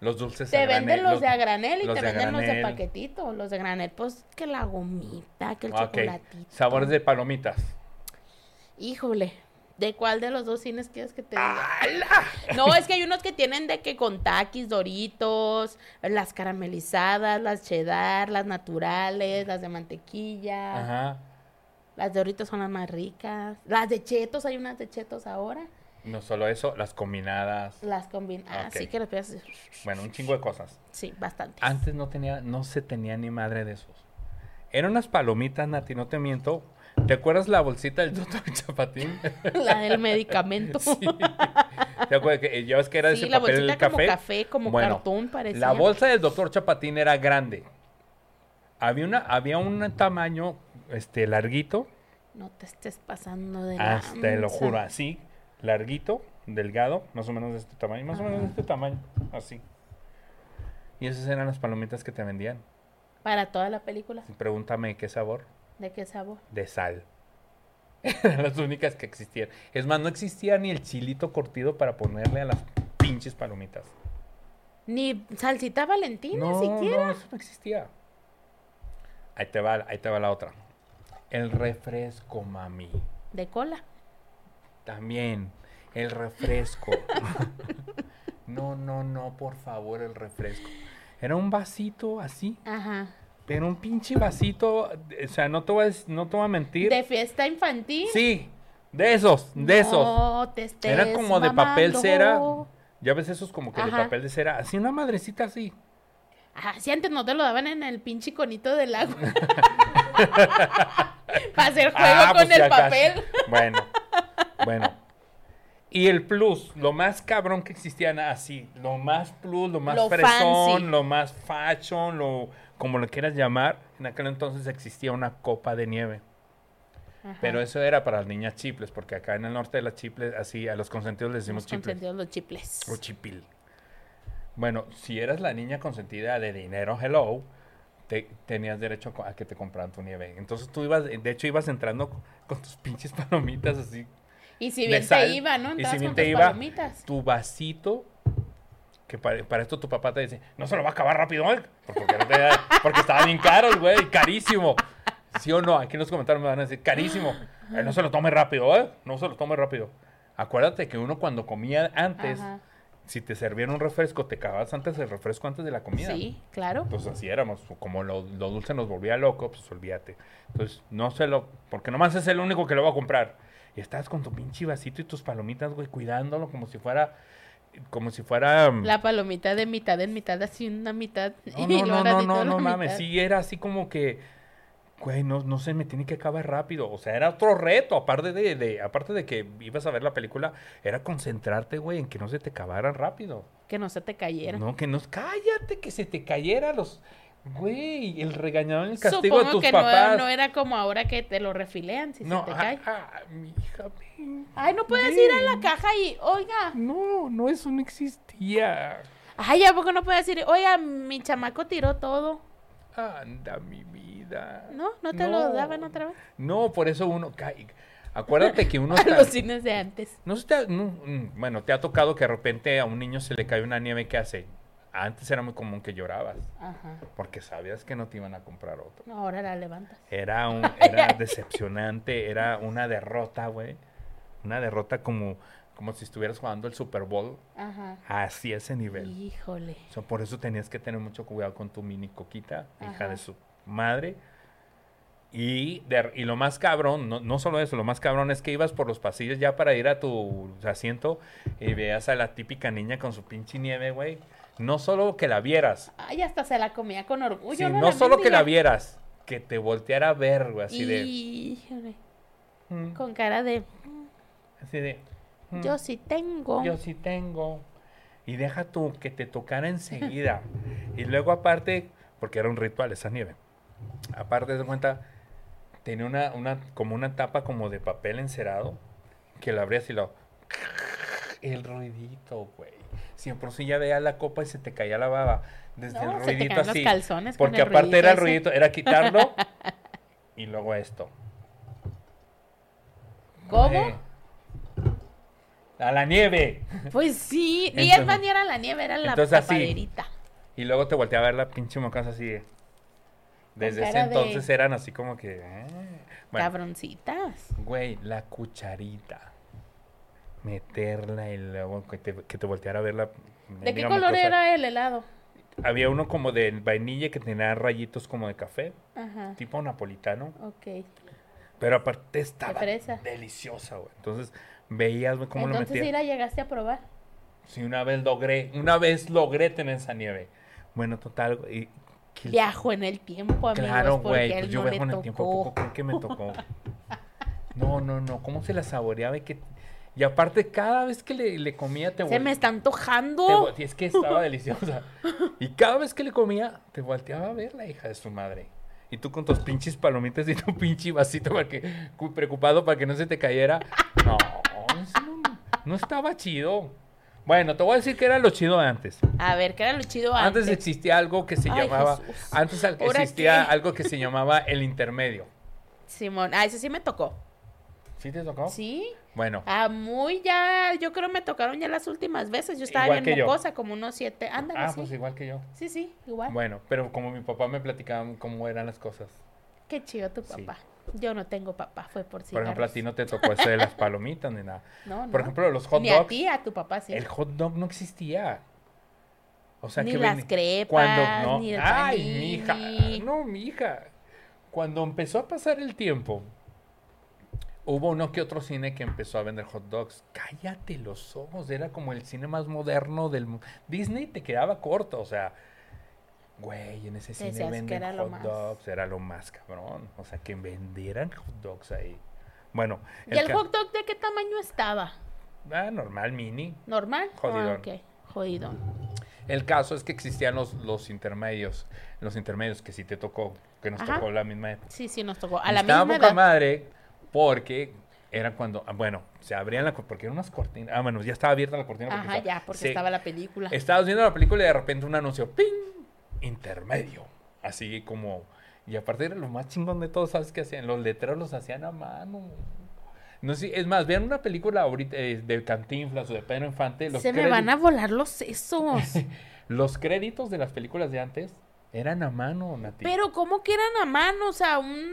Speaker 1: Los dulces a
Speaker 2: te
Speaker 1: granel,
Speaker 2: venden los de a granel y
Speaker 1: los
Speaker 2: te
Speaker 1: de a
Speaker 2: venden los de
Speaker 1: granel.
Speaker 2: paquetito, los de granel, pues que la gomita, que el
Speaker 1: Ok.
Speaker 2: chocolatito.
Speaker 1: Sabores de palomitas.
Speaker 2: Híjole, ¿de cuál de los dos cines quieres que te diga? No, es que hay unos que tienen de que con taquis, doritos, las caramelizadas, las cheddar, las naturales, las de mantequilla.
Speaker 1: Ajá.
Speaker 2: Las de doritos son las más ricas. Las de chetos, hay unas de chetos ahora.
Speaker 1: No solo eso, las combinadas.
Speaker 2: Las combinan. Ah,
Speaker 1: Ok.
Speaker 2: sí que las piezas.
Speaker 1: Bueno, un chingo de cosas.
Speaker 2: Sí, bastante.
Speaker 1: Antes no tenía, no se tenía ni madre de esos. Eran unas palomitas, Nati, no te miento. ¿Te acuerdas la bolsita del doctor
Speaker 2: [laughs]
Speaker 1: Chapatín?
Speaker 2: [laughs] La del
Speaker 1: [laughs]
Speaker 2: medicamento.
Speaker 1: Sí. ¿Te acuerdas que eh, ya ves que era de
Speaker 2: Sí,
Speaker 1: ese
Speaker 2: la
Speaker 1: papel
Speaker 2: bolsita
Speaker 1: el café?
Speaker 2: como café, como
Speaker 1: Bueno,
Speaker 2: cartón, parecía.
Speaker 1: La bolsa del doctor Chapatín era grande. Había una, había un tamaño este larguito,
Speaker 2: No te estés pasando de
Speaker 1: hasta Ah, te lo
Speaker 2: lanza.
Speaker 1: juro, así, larguito, delgado, más o menos de este tamaño, más o menos de este tamaño, así. Y esas eran las palomitas que te vendían.
Speaker 2: Para toda la película.
Speaker 1: Pregúntame qué sabor.
Speaker 2: ¿De qué sabor?
Speaker 1: de sal. [laughs] Eran las únicas que existían. Es más, no existía ni el chilito cortido para ponerle a las pinches palomitas.
Speaker 2: Ni salsita valentina
Speaker 1: no,
Speaker 2: siquiera.
Speaker 1: no, eso no existía. Ahí te va, ahí te va la otra. El refresco, mami.
Speaker 2: De cola.
Speaker 1: También. El
Speaker 2: [laughs]
Speaker 1: refresco. no, no, no, por favor, el refresco. Era un vasito así.
Speaker 2: Ajá.
Speaker 1: Pero un pinche vasito. O sea, no te voy a, dec- no te voy a mentir.
Speaker 2: ¿De fiesta infantil?
Speaker 1: Sí, de esos, de esos.
Speaker 2: No, te estés
Speaker 1: Era como de papel
Speaker 2: mamando.
Speaker 1: cera. Ya ves esos como que de
Speaker 2: Ajá.
Speaker 1: papel de cera. Así una madrecita
Speaker 2: [laughs]
Speaker 1: así.
Speaker 2: Ah, si antes no te lo daban en el pinche conito
Speaker 1: [laughs]
Speaker 2: del agua. Para hacer juego
Speaker 1: pues
Speaker 2: con
Speaker 1: ya
Speaker 2: el
Speaker 1: casi.
Speaker 2: papel.
Speaker 1: Bueno, bueno. Y el plus, lo más cabrón que existían así, lo más plus, lo más
Speaker 2: Lo
Speaker 1: fresón,
Speaker 2: fancy.
Speaker 1: lo más fashion, lo como lo quieras llamar, en aquel entonces existía una copa de nieve.
Speaker 2: Ajá.
Speaker 1: Pero eso era para las niñas chiples, porque acá en el norte de las chiples, así a los consentidos les decimos
Speaker 2: Los
Speaker 1: chiples.
Speaker 2: consentidos, los chiples.
Speaker 1: O chipil. Bueno, si eras la niña consentida de dinero, hello, te- tenías derecho co- a que te compraran tu nieve. Entonces tú ibas, de hecho ibas entrando co- con tus [laughs] pinches palomitas así,
Speaker 2: Y si
Speaker 1: de
Speaker 2: bien te
Speaker 1: sal,
Speaker 2: iba, ¿no?
Speaker 1: y si
Speaker 2: Entrabas
Speaker 1: bien
Speaker 2: con
Speaker 1: te
Speaker 2: tus
Speaker 1: iba,
Speaker 2: palomitas.
Speaker 1: tu vasito, que para, para esto tu papá te dice, no se lo va a acabar rápido, ¿eh? Porque, no te- porque estaba bien caro, güey, carísimo. ¿Sí o no? Aquí en los comentarios me van a decir, carísimo. Eh, no se lo tome rápido, ¿eh? No se lo tome rápido. Acuérdate que uno cuando comía antes,
Speaker 2: Ajá.
Speaker 1: si te servían un refresco, te acababas antes el refresco antes de la comida. Pues,
Speaker 2: Sí, claro.
Speaker 1: Entonces así éramos, como lo, lo dulce nos volvía loco, pues olvídate. Entonces no se lo, porque nomás es el único que lo va a comprar. Y estás con tu pinche vasito y tus palomitas, güey, cuidándolo como si fuera, como si fuera... mm,
Speaker 2: [laughs] La palomita de mitad en mitad, así una mitad.
Speaker 1: no,
Speaker 2: y
Speaker 1: no,
Speaker 2: luego
Speaker 1: no, no,
Speaker 2: ratito
Speaker 1: no,
Speaker 2: la
Speaker 1: no mames,
Speaker 2: mitad.
Speaker 1: sí, era así como que, güey, no, no se me tiene que acabar rápido. O sea, era otro reto, aparte de, de- aparte de que ibas a ver la película, era concentrarte, güey, en que no se te acabaran rápido.
Speaker 2: Que no se te cayera.
Speaker 1: No, que no. Cállate, que se te cayera los. Güey, el regañador, el castigo de
Speaker 2: Supongo
Speaker 1: tus
Speaker 2: que no,
Speaker 1: papás.
Speaker 2: no era como ahora que te lo refilean si se te
Speaker 1: ah,
Speaker 2: cae.
Speaker 1: ah, mi hija, ven.
Speaker 2: Ay, no puedes
Speaker 1: Ven.
Speaker 2: ir a la caja y, oiga,
Speaker 1: No, no, eso no existía.
Speaker 2: ay, ¿a poco no puedes ir? Oiga, mi chamaco tiró todo.
Speaker 1: Anda, mi vida.
Speaker 2: ¿No? ¿No te lo daban otra vez?
Speaker 1: No, por eso uno cae. Acuérdate que uno
Speaker 2: [laughs] A
Speaker 1: está-
Speaker 2: los cines de antes.
Speaker 1: No se te ha- no, mm, bueno, te ha tocado que de repente a un niño se le cae una nieve que hace. Antes era muy común que llorabas,
Speaker 2: Ajá.
Speaker 1: porque sabías que no te iban a comprar otro.
Speaker 2: No, ahora la levantas.
Speaker 1: Era,
Speaker 2: [laughs]
Speaker 1: un, era decepcionante, era una derrota, güey. Una derrota como, como si estuvieras jugando el Super Bowl
Speaker 2: Ajá.
Speaker 1: así ese nivel.
Speaker 2: Híjole.
Speaker 1: O sea, por eso tenías que tener mucho cuidado con tu mini coquita, hija
Speaker 2: Ajá.
Speaker 1: de su madre. Y, de- y lo más cabrón, no, no solo eso, lo más cabrón es que ibas por los pasillos ya para ir a tu asiento y veías a la típica niña con su pinche nieve, güey. No solo que la vieras,
Speaker 2: Ay, hasta se la comía con orgullo.
Speaker 1: sí,
Speaker 2: ¿no?
Speaker 1: no solo que la
Speaker 2: mendiga.
Speaker 1: vieras, que te volteara a ver, güey, así de...
Speaker 2: Híjole.
Speaker 1: "Mm".
Speaker 2: Con cara de,
Speaker 1: Así de. "Mm,
Speaker 2: yo sí tengo.
Speaker 1: yo sí tengo. Y deja tú que te tocara
Speaker 2: [laughs]
Speaker 1: enseguida. y luego, aparte, porque era un ritual esa nieve. Aparte, de cuenta, tenía una, una, como una tapa como de papel encerado que la abrías y lo. El ruidito, güey. Si de por si ya veía la copa y se te caía la baba. Desde
Speaker 2: No,
Speaker 1: el
Speaker 2: se te
Speaker 1: ruidito
Speaker 2: caen los
Speaker 1: así.
Speaker 2: calzones con
Speaker 1: Porque
Speaker 2: el
Speaker 1: aparte era el
Speaker 2: ruidito
Speaker 1: ruidito, era
Speaker 2: [laughs]
Speaker 1: quitarlo y luego esto.
Speaker 2: ¿Cómo?
Speaker 1: Güey. A la nieve.
Speaker 2: Pues sí. Y
Speaker 1: eh. Entonces-
Speaker 2: es más, ni era la nieve, era la
Speaker 1: Entonces, así.
Speaker 2: tapaderita.
Speaker 1: Y luego te volteaba a ver la pinche mocaza así. de- Desde ese
Speaker 2: cara de-
Speaker 1: entonces eran así como que. eh. Bueno,
Speaker 2: Cabroncitas.
Speaker 1: güey, la cucharita. Meterla y luego que te, que te volteara a ver la.
Speaker 2: ¿De qué
Speaker 1: mendiga
Speaker 2: color
Speaker 1: mocosa.
Speaker 2: era el helado?
Speaker 1: Había uno como de vainilla que tenía rayitos como de café,
Speaker 2: Ajá.
Speaker 1: tipo napolitano.
Speaker 2: Ok.
Speaker 1: Pero aparte estaba
Speaker 2: fresa.
Speaker 1: deliciosa, güey. Entonces veías, güey, cómo
Speaker 2: Entonces
Speaker 1: lo metía.
Speaker 2: sí la llegaste a probar.
Speaker 1: Sí, una vez logré, una vez logré tener esa nieve. Bueno, total, y que-
Speaker 2: Viajo en el tiempo, amigos.
Speaker 1: Claro,
Speaker 2: porque
Speaker 1: güey,
Speaker 2: a él
Speaker 1: pues yo
Speaker 2: no le
Speaker 1: viajo en el tiempo,
Speaker 2: tocó.
Speaker 1: ¿poco creen que me
Speaker 2: [laughs]
Speaker 1: tocó? No, no, no, cómo se la saboreaba y que... Y aparte, cada vez que le, le comía te
Speaker 2: Se me
Speaker 1: vol-
Speaker 2: está
Speaker 1: te
Speaker 2: antojando.
Speaker 1: vol- Es que estaba
Speaker 2: [laughs]
Speaker 1: deliciosa. Y cada vez que le comía, te volteaba a ver la hija de su madre. Y tú con tus pinches palomitas y tu [laughs] pinche vasito para que, cu- preocupado para que no se te cayera. No, eso no, no estaba chido. Bueno, te voy a decir que era lo chido de antes.
Speaker 2: A ver, ¿qué era lo chido
Speaker 1: Antes
Speaker 2: antes?
Speaker 1: existía algo que se
Speaker 2: Ay,
Speaker 1: llamaba.
Speaker 2: Jesús.
Speaker 1: Antes al-
Speaker 2: ¿Ahora
Speaker 1: existía
Speaker 2: qué?
Speaker 1: algo que se llamaba el intermedio.
Speaker 2: Simón. Ah, ese sí me tocó.
Speaker 1: ¿Sí te tocó?
Speaker 2: Sí.
Speaker 1: Bueno,
Speaker 2: Ah, muy ya. Yo creo me tocaron ya las últimas veces. Yo estaba
Speaker 1: Igual
Speaker 2: bien
Speaker 1: que yo.
Speaker 2: mocosa, como unos siete. Ándale,
Speaker 1: ah,
Speaker 2: sí.
Speaker 1: pues igual que yo.
Speaker 2: Sí, sí, igual.
Speaker 1: Bueno, pero como mi papá me platicaba cómo eran las cosas.
Speaker 2: Qué chido tu
Speaker 1: Sí.
Speaker 2: papá. Yo no tengo papá, fue por si.
Speaker 1: Por ejemplo, a ti no te tocó este de las palomitas
Speaker 2: [laughs]
Speaker 1: ni nada.
Speaker 2: No, no.
Speaker 1: Por ejemplo, los hot
Speaker 2: Ni a
Speaker 1: dogs.
Speaker 2: ti, a tu papá sí.
Speaker 1: El hot dog no existía. O sea,
Speaker 2: Ni
Speaker 1: que
Speaker 2: las
Speaker 1: veni-
Speaker 2: crepas,
Speaker 1: cuando no.
Speaker 2: ni el
Speaker 1: Ay,
Speaker 2: panini.
Speaker 1: mi hija. No, mi hija. Cuando empezó a pasar el tiempo, hubo uno que otro cine que empezó a vender hot dogs. Cállate los ojos. Era como el cine más moderno del mundo. Disney te quedaba corto, o sea. Güey, en ese cine
Speaker 2: Decías que
Speaker 1: venden
Speaker 2: era lo
Speaker 1: hot
Speaker 2: más.
Speaker 1: dogs. Era lo más cabrón. O sea, que vendieran hot dogs ahí. Bueno.
Speaker 2: ¿Y el
Speaker 1: ca-
Speaker 2: hot dog de qué tamaño estaba?
Speaker 1: Ah, normal, mini.
Speaker 2: ¿Normal? Ah,
Speaker 1: Jodidón.
Speaker 2: ok. Jodidón.
Speaker 1: El caso es que existían los, los intermedios, los intermedios que sí te tocó, que nos
Speaker 2: Ajá.
Speaker 1: tocó la misma época.
Speaker 2: Sí, sí, nos tocó. A la
Speaker 1: Estaba
Speaker 2: misma
Speaker 1: poca
Speaker 2: edad.
Speaker 1: madre porque era cuando, ah, bueno, se abrían la, co- porque eran unas cortinas, ah, bueno, ya estaba abierta la cortina. porque
Speaker 2: Ajá,
Speaker 1: estaba-
Speaker 2: ya, porque
Speaker 1: se-
Speaker 2: estaba la película.
Speaker 1: Estabas viendo la película y de repente un anuncio, ¡ping! Intermedio, así como, y aparte era lo más chingón de todo, ¿sabes qué hacían? Los letreros los hacían a mano. No sé, es más, vean una película ahorita eh, de Cantinflas o de Pedro Infante. los
Speaker 2: Se me van
Speaker 1: créditos-
Speaker 2: a volar
Speaker 1: [laughs]
Speaker 2: los sesos.
Speaker 1: los créditos de las películas de antes eran a mano, Nati.
Speaker 2: Pero, ¿cómo que eran a mano? O sea, un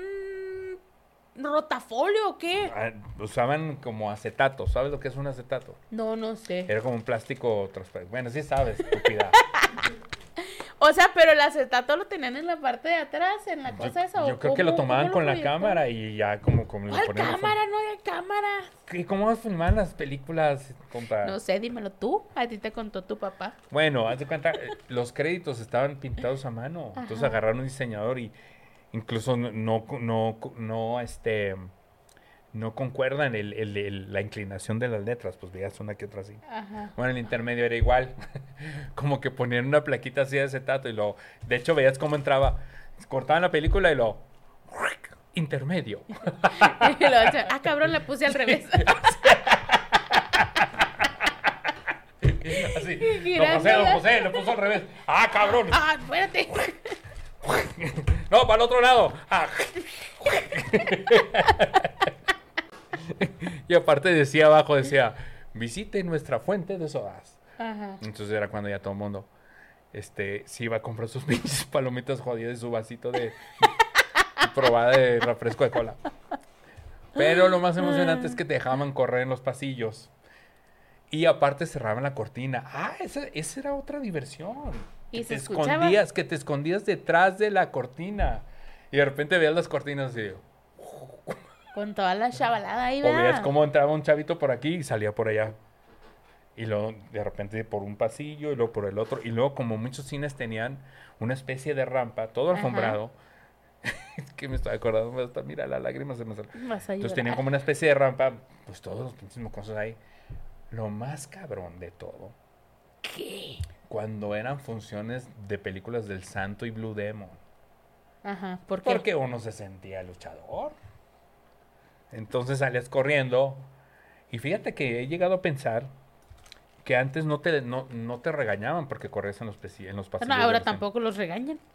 Speaker 2: rotafolio o qué?
Speaker 1: Ah, usaban como acetato. ¿Sabes lo que es un acetato?
Speaker 2: No, no sé.
Speaker 1: Era como un plástico transparente. Bueno, sí
Speaker 2: [laughs]
Speaker 1: sabes, estúpida.
Speaker 2: O sea, pero el acetato lo tenían en la parte de atrás, en la cosa esa.
Speaker 1: yo
Speaker 2: ¿o
Speaker 1: yo creo que lo
Speaker 2: cómo-
Speaker 1: tomaban
Speaker 2: cómo
Speaker 1: con la
Speaker 2: proyectaban?
Speaker 1: cámara y ya como, como lo
Speaker 2: ¿Cuál
Speaker 1: ponían en la
Speaker 2: cámara? No había cámara.
Speaker 1: fo- ¿Qué- ¿Cómo filmaban las películas? compa?
Speaker 2: No sé, dímelo tú. A ti te contó tu papá.
Speaker 1: Bueno, haz de cuenta, eh, los créditos estaban pintados a mano. Entonces
Speaker 2: Ajá.
Speaker 1: agarraron un diseñador y incluso no, no, no, no, este, no concuerdan el- el- el- la inclinación de las letras. Pues veías una que otra así. [laughs]
Speaker 2: Ajá. [laughs]
Speaker 1: Bueno, el intermedio era igual. [laughs] como que ponían una plaquita así de acetato y lo. De hecho, veías cómo entraba. Cortaban la película y lo. Intermedio. [laughs]
Speaker 2: Y lo otra, ah, cabrón, la puse al revés.
Speaker 1: Así. Don José,
Speaker 2: Girándola.
Speaker 1: don José, lo puso al revés. ¡Ah, cabrón!
Speaker 2: [laughs] ah, espérate.
Speaker 1: No, para el otro lado. Ah. [laughs] y aparte decía abajo, decía, visite nuestra fuente de sodas.
Speaker 2: Ajá.
Speaker 1: Entonces era cuando ya todo el mundo este, se iba a comprar sus [laughs] pinches palomitas jodidas y su vasito de [laughs] probada de refresco de cola. Pero lo más emocionante es que te dejaban correr en los pasillos. Y aparte cerraban la cortina. Ah, esa, esa era otra diversión.
Speaker 2: Y
Speaker 1: Que
Speaker 2: se
Speaker 1: te
Speaker 2: escuchaba.
Speaker 1: escondías, que te escondías detrás de la cortina. Y de repente veías las cortinas y o
Speaker 2: Con toda la chavalada ahí, ¿verdad?
Speaker 1: veías cómo entraba un chavito por aquí y salía por allá. Y luego de repente por un pasillo y luego por el otro. Y luego como muchos cines tenían una especie de rampa, todo
Speaker 2: Ajá.
Speaker 1: alfombrado. [laughs] es que me estoy acordando, hasta mira, la lágrima se me sale.
Speaker 2: Vas a
Speaker 1: Entonces
Speaker 2: llorar.
Speaker 1: tenían como una especie de rampa, pues todos los pinches mocosos ahí. Lo más cabrón de todo,
Speaker 2: ¿Qué?
Speaker 1: cuando eran funciones de películas del Santo y Blue Demon.
Speaker 2: Ajá. ¿Por qué?
Speaker 1: Porque uno se sentía luchador. Entonces salías corriendo. Y fíjate que he llegado a pensar que antes no te, no, no te regañaban porque corrías en los, pesi- en los
Speaker 2: No,
Speaker 1: pasillos. de
Speaker 2: ahora
Speaker 1: los cines.
Speaker 2: tampoco los regañan. [laughs]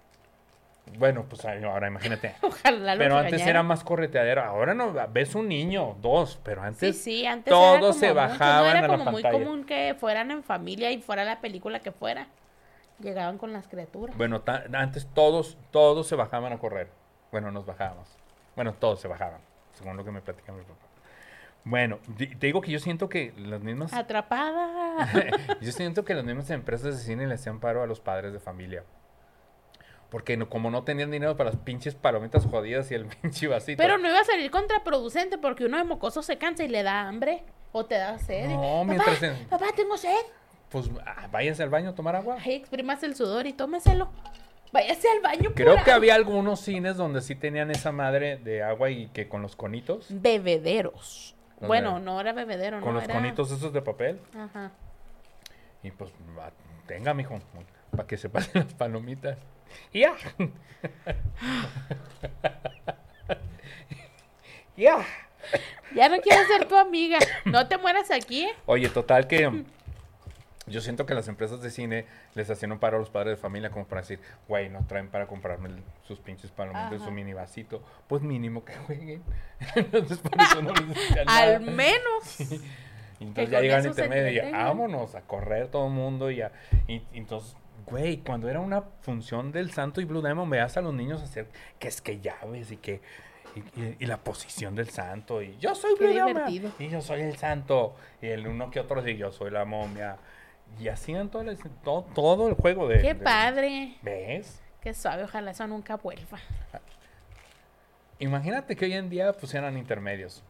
Speaker 1: Bueno, pues ay, ahora [laughs] imagínate.
Speaker 2: Ojalá los
Speaker 1: Pero antes
Speaker 2: regañaran.
Speaker 1: era más correteadero. Ahora no, ves un niño, dos, pero
Speaker 2: Sí,
Speaker 1: antes...
Speaker 2: sí, antes
Speaker 1: todos se
Speaker 2: era como mucho,
Speaker 1: bajaban
Speaker 2: no
Speaker 1: a
Speaker 2: era
Speaker 1: la
Speaker 2: como muy
Speaker 1: pantalla.
Speaker 2: común que fueran en familia y fuera la película que fuera. Llegaban con las criaturas.
Speaker 1: Bueno, ta- antes todos, todos se bajaban a correr. Bueno, nos bajábamos. Bueno, todos se bajaban, según lo que me platicaba mi papá. Bueno, di- te digo que yo siento que las mismas...
Speaker 2: Atrapada.
Speaker 1: [laughs] Yo siento que las mismas empresas de cine le hacían paro a los padres de familia. Porque no- como no tenían dinero para las pinches palomitas jodidas y el [laughs] pinche vasito.
Speaker 2: Pero no iba a salir contraproducente porque uno de mocoso se cansa y le da hambre o te da sed.
Speaker 1: No,
Speaker 2: papá,
Speaker 1: mientras en-
Speaker 2: papá, tengo sed.
Speaker 1: Pues ah, váyanse al baño a tomar agua.
Speaker 2: Ahí exprimas el sudor y tómeselo. Váyase al baño.
Speaker 1: Creo
Speaker 2: pura.
Speaker 1: que había algunos cines donde sí tenían esa madre de agua y que con los conitos.
Speaker 2: Bebederos.
Speaker 1: ¿Dónde
Speaker 2: Bueno,
Speaker 1: era?
Speaker 2: no era bebedero,
Speaker 1: Con
Speaker 2: no
Speaker 1: los
Speaker 2: era-
Speaker 1: conitos esos de papel.
Speaker 2: Ajá.
Speaker 1: Y pues, va, tenga, mijo, para que se pasen las palomitas. Y ¡Ya! [laughs] ¡Ya!
Speaker 2: Ya no quiero ser tu amiga. No te
Speaker 1: [laughs]
Speaker 2: mueras aquí, ¿eh?
Speaker 1: Oye, total que yo siento que las empresas de cine les hacían un paro a los padres de familia como para decir, güey, nos traen para comprarme el- sus pinches palomitas,
Speaker 2: Ajá.
Speaker 1: su mini vasito. Pues mínimo que jueguen. [laughs] Entonces, por eso no les decían
Speaker 2: Al
Speaker 1: nada.
Speaker 2: menos.
Speaker 1: Entonces
Speaker 2: que
Speaker 1: ya
Speaker 2: con
Speaker 1: llegan
Speaker 2: eso se
Speaker 1: intermedio y ya,
Speaker 2: entretengan.
Speaker 1: vámonos a correr todo el mundo y ya. Y, y entonces Güey, cuando era una función del Santo y Blue Diamond, veas a los niños hacer que es que llaves y que. Y, y- y la posición del santo. Y yo soy
Speaker 2: Qué
Speaker 1: Blue Diamond.
Speaker 2: divertido.
Speaker 1: Y yo soy el santo. Y el uno que otro, y yo soy la momia. Y hacían todo el, todo, todo el juego de.
Speaker 2: Qué
Speaker 1: de-
Speaker 2: padre.
Speaker 1: ¿Ves?
Speaker 2: Qué suave. Ojalá eso nunca vuelva.
Speaker 1: Imagínate que hoy en día pusieran intermedios.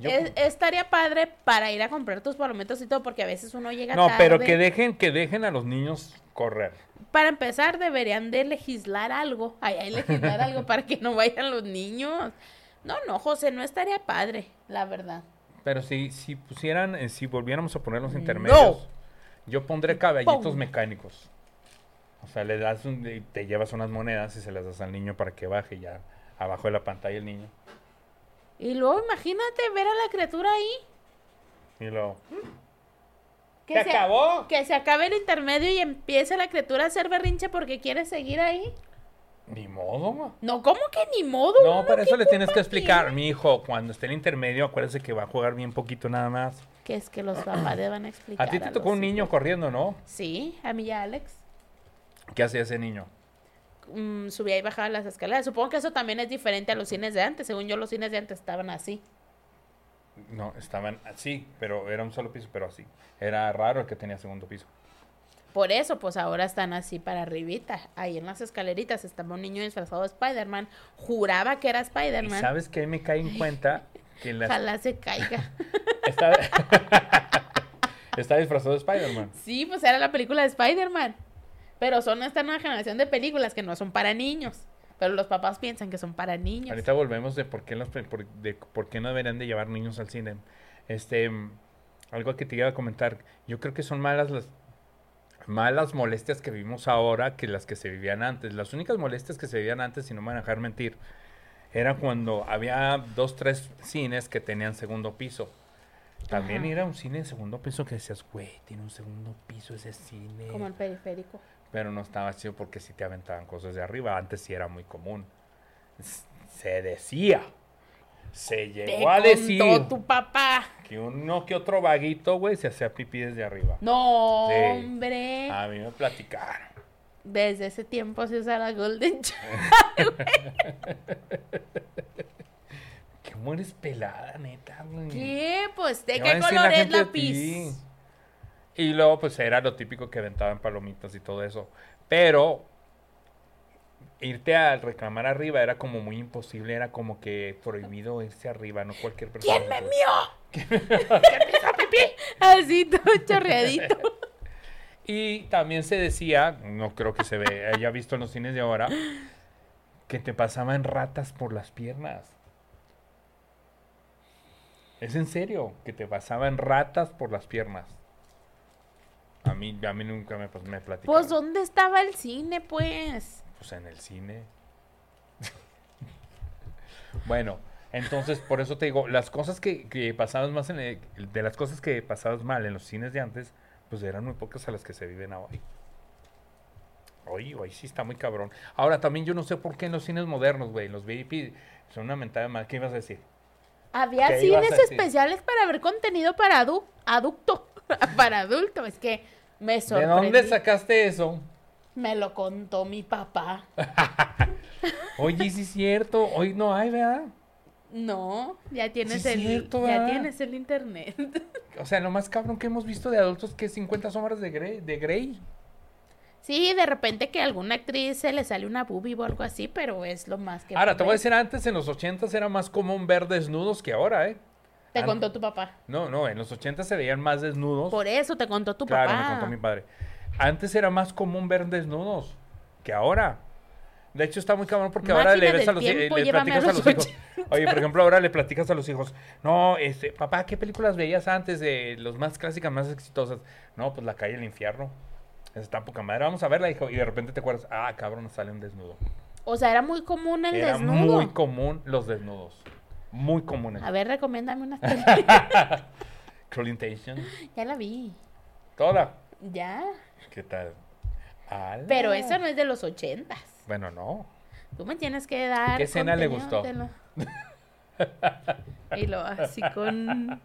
Speaker 1: Yo-
Speaker 2: Es- estaría padre para ir a comprar tus palomitas y todo, porque a veces uno llega
Speaker 1: no,
Speaker 2: tarde.
Speaker 1: pero que dejen, que dejen a los niños correr.
Speaker 2: Para empezar, deberían de legislar algo. Ay, ay, legislar
Speaker 1: [laughs]
Speaker 2: algo para que no vayan los niños. No, no, José, no estaría padre, la verdad.
Speaker 1: Pero si, si pusieran, eh, si volviéramos a poner los intermedios, yo pondré caballitos
Speaker 2: Mm. Pum.
Speaker 1: mecánicos. O sea, le das un- y te llevas unas monedas y se las das al niño para que baje y ya abajo de la pantalla el niño.
Speaker 2: Y luego imagínate ver a la criatura ahí.
Speaker 1: Y luego,
Speaker 2: Que
Speaker 1: ¡se acabó!
Speaker 2: Que se acabe el intermedio y empiece la criatura a hacer berrinche porque quiere seguir ahí.
Speaker 1: ni modo. ma.
Speaker 2: No, ¿cómo que ni modo?
Speaker 1: No,
Speaker 2: Uno,
Speaker 1: para
Speaker 2: ¿qué
Speaker 1: eso le tienes que
Speaker 2: culpa
Speaker 1: explicar, mi hijo, cuando esté el intermedio, acuérdese que va a jugar bien poquito nada más.
Speaker 2: tiene? Que es que los papás le van a explicar.
Speaker 1: A ti te tocó
Speaker 2: los
Speaker 1: un niño
Speaker 2: hijos.
Speaker 1: corriendo, ¿no?
Speaker 2: Sí, a mí y a Alex.
Speaker 1: ¿Qué hacía ese niño?
Speaker 2: mm, subía y bajaba las escaleras. Supongo que eso también es diferente a los cines de antes. Según yo, los cines de antes estaban así.
Speaker 1: No, estaban así, pero era un solo piso, pero así. Era raro el que tenía segundo piso.
Speaker 2: Por eso, pues ahora están así para arribita. Ahí en las escaleritas estaba un niño disfrazado de Spider-Man. Juraba que era
Speaker 1: Y
Speaker 2: Spider-Man.
Speaker 1: sabes que me caí en cuenta que la
Speaker 2: Ojalá se caiga.
Speaker 1: está, [laughs] está disfrazado de Spider-Man.
Speaker 2: sí, pues era la película de Spider-Man. Pero son esta nueva generación de películas que no son para niños. Pero los papás piensan que son para niños.
Speaker 1: Ahorita volvemos de por qué las pe- por, de por qué no deberían de llevar niños al cine. Este mm, algo que te iba a comentar, yo creo que son malas las malas molestias que vivimos ahora que las que se vivían antes. Las únicas molestias que se vivían antes, si no me van a dejar mentir, era cuando había dos, tres cines que tenían segundo piso. También
Speaker 2: Ajá.
Speaker 1: era un cine de segundo piso que decías, güey, tiene un segundo piso ese cine.
Speaker 2: Como el periférico.
Speaker 1: Pero no estaba chido porque sí te aventaban cosas de arriba. Antes sí era muy común. S- Se decía, se
Speaker 2: Te
Speaker 1: llegó a decir
Speaker 2: contó tu papá.
Speaker 1: que uno que otro vaguito, güey, se hacía pipí desde arriba.
Speaker 2: No, eh.
Speaker 1: Sí. Ah.
Speaker 2: hombre.
Speaker 1: A mí me platicaron.
Speaker 2: Desde ese tiempo se usa la Golden [laughs] Child.
Speaker 1: Que mueres pelada, neta, güey.
Speaker 2: ¿Qué? Pues, ¿de
Speaker 1: Me
Speaker 2: qué
Speaker 1: va a decir
Speaker 2: color es
Speaker 1: gente
Speaker 2: la
Speaker 1: de ti.
Speaker 2: pis?
Speaker 1: Y luego, pues era lo típico que aventaban palomitas y todo eso. Pero irte a reclamar arriba era como muy imposible, era como que prohibido irse arriba, no cualquier persona.
Speaker 2: ¿Quién me
Speaker 1: [laughs] puede.
Speaker 2: mío? ¿Quién me hizo pipí? Así todo
Speaker 1: [laughs]
Speaker 2: chorreadito.
Speaker 1: Y también se decía, no creo que se ve, [laughs] haya visto en los cines de ahora, que te pasaban ratas por las piernas. Es en serio, que te pasaban ratas por las piernas. A mí, a mí nunca me, pas- me platicaron.
Speaker 2: Pues, ¿dónde estaba el cine, pues?
Speaker 1: Pues en el cine. bueno, entonces por eso te digo, las cosas que, que pasabas más en el- de las cosas que pasabas mal en los cines de antes, pues eran muy pocas a las que se viven a hoy. Hoy, hoy sí está muy cabrón. Ahora también yo no sé por qué en los cines modernos, güey, los VIP son una mentada más. ¿Qué ibas a decir?
Speaker 2: Había
Speaker 1: ¿Qué ibas a
Speaker 2: cines
Speaker 1: decir?
Speaker 2: especiales para ver contenido para adu adulto. [laughs] para adulto. Es que me
Speaker 1: ¿De
Speaker 2: sorprendí.
Speaker 1: dónde sacaste eso?
Speaker 2: Me lo contó mi papá.
Speaker 1: [laughs] Oye, sí es cierto, hoy no hay, ¿verdad?
Speaker 2: No, ya tienes
Speaker 1: Sí es
Speaker 2: el
Speaker 1: cierto,
Speaker 2: ya
Speaker 1: ¿verdad?
Speaker 2: tienes el internet. [laughs]
Speaker 1: O sea, lo más cabrón que hemos visto de adultos que es 50 sombras de Grey. De Grey.
Speaker 2: Sí, de repente que a alguna actriz se le sale una boobie o algo así, pero es lo más que...
Speaker 1: Ahora, te voy a
Speaker 2: ves.
Speaker 1: decir, antes en los 80 era más común ver desnudos que ahora, ¿eh?
Speaker 2: Te
Speaker 1: an-
Speaker 2: contó tu papá.
Speaker 1: No, no, en los 80 se veían más desnudos.
Speaker 2: Por eso te contó tu
Speaker 1: claro,
Speaker 2: papá.
Speaker 1: me contó mi padre. Antes era más común ver desnudos que ahora. De hecho, está muy cabrón porque ahora
Speaker 2: Máquina
Speaker 1: le ves
Speaker 2: del
Speaker 1: a los, eh,
Speaker 2: tiempo,
Speaker 1: le
Speaker 2: llévame
Speaker 1: platicas
Speaker 2: a
Speaker 1: a
Speaker 2: los
Speaker 1: los hijos. Oye, por ejemplo, ahora le platicas a los hijos. No, este, papá, ¿qué películas veías antes de los más clásicas, más exitosas? No, pues La calle del infierno. Esa Está poca madre. Vamos a verla, hijo. Y de repente te acuerdas, ah, cabrón, sale un desnudo.
Speaker 2: O sea, era muy común el
Speaker 1: Era
Speaker 2: desnudo.
Speaker 1: muy común los desnudos. Muy comunes.
Speaker 2: A ver, recomiéndame [laughs] una película.
Speaker 1: [laughs] Cruel Intention.
Speaker 2: ya la vi.
Speaker 1: Toda.
Speaker 2: Ya.
Speaker 1: ¿Qué tal? Ala.
Speaker 2: Pero eso no es de los ochentas.
Speaker 1: Bueno, no.
Speaker 2: Tú me tienes que dar...
Speaker 1: ¿Qué escena le
Speaker 2: contenido
Speaker 1: gustó?
Speaker 2: de lo- y lo así con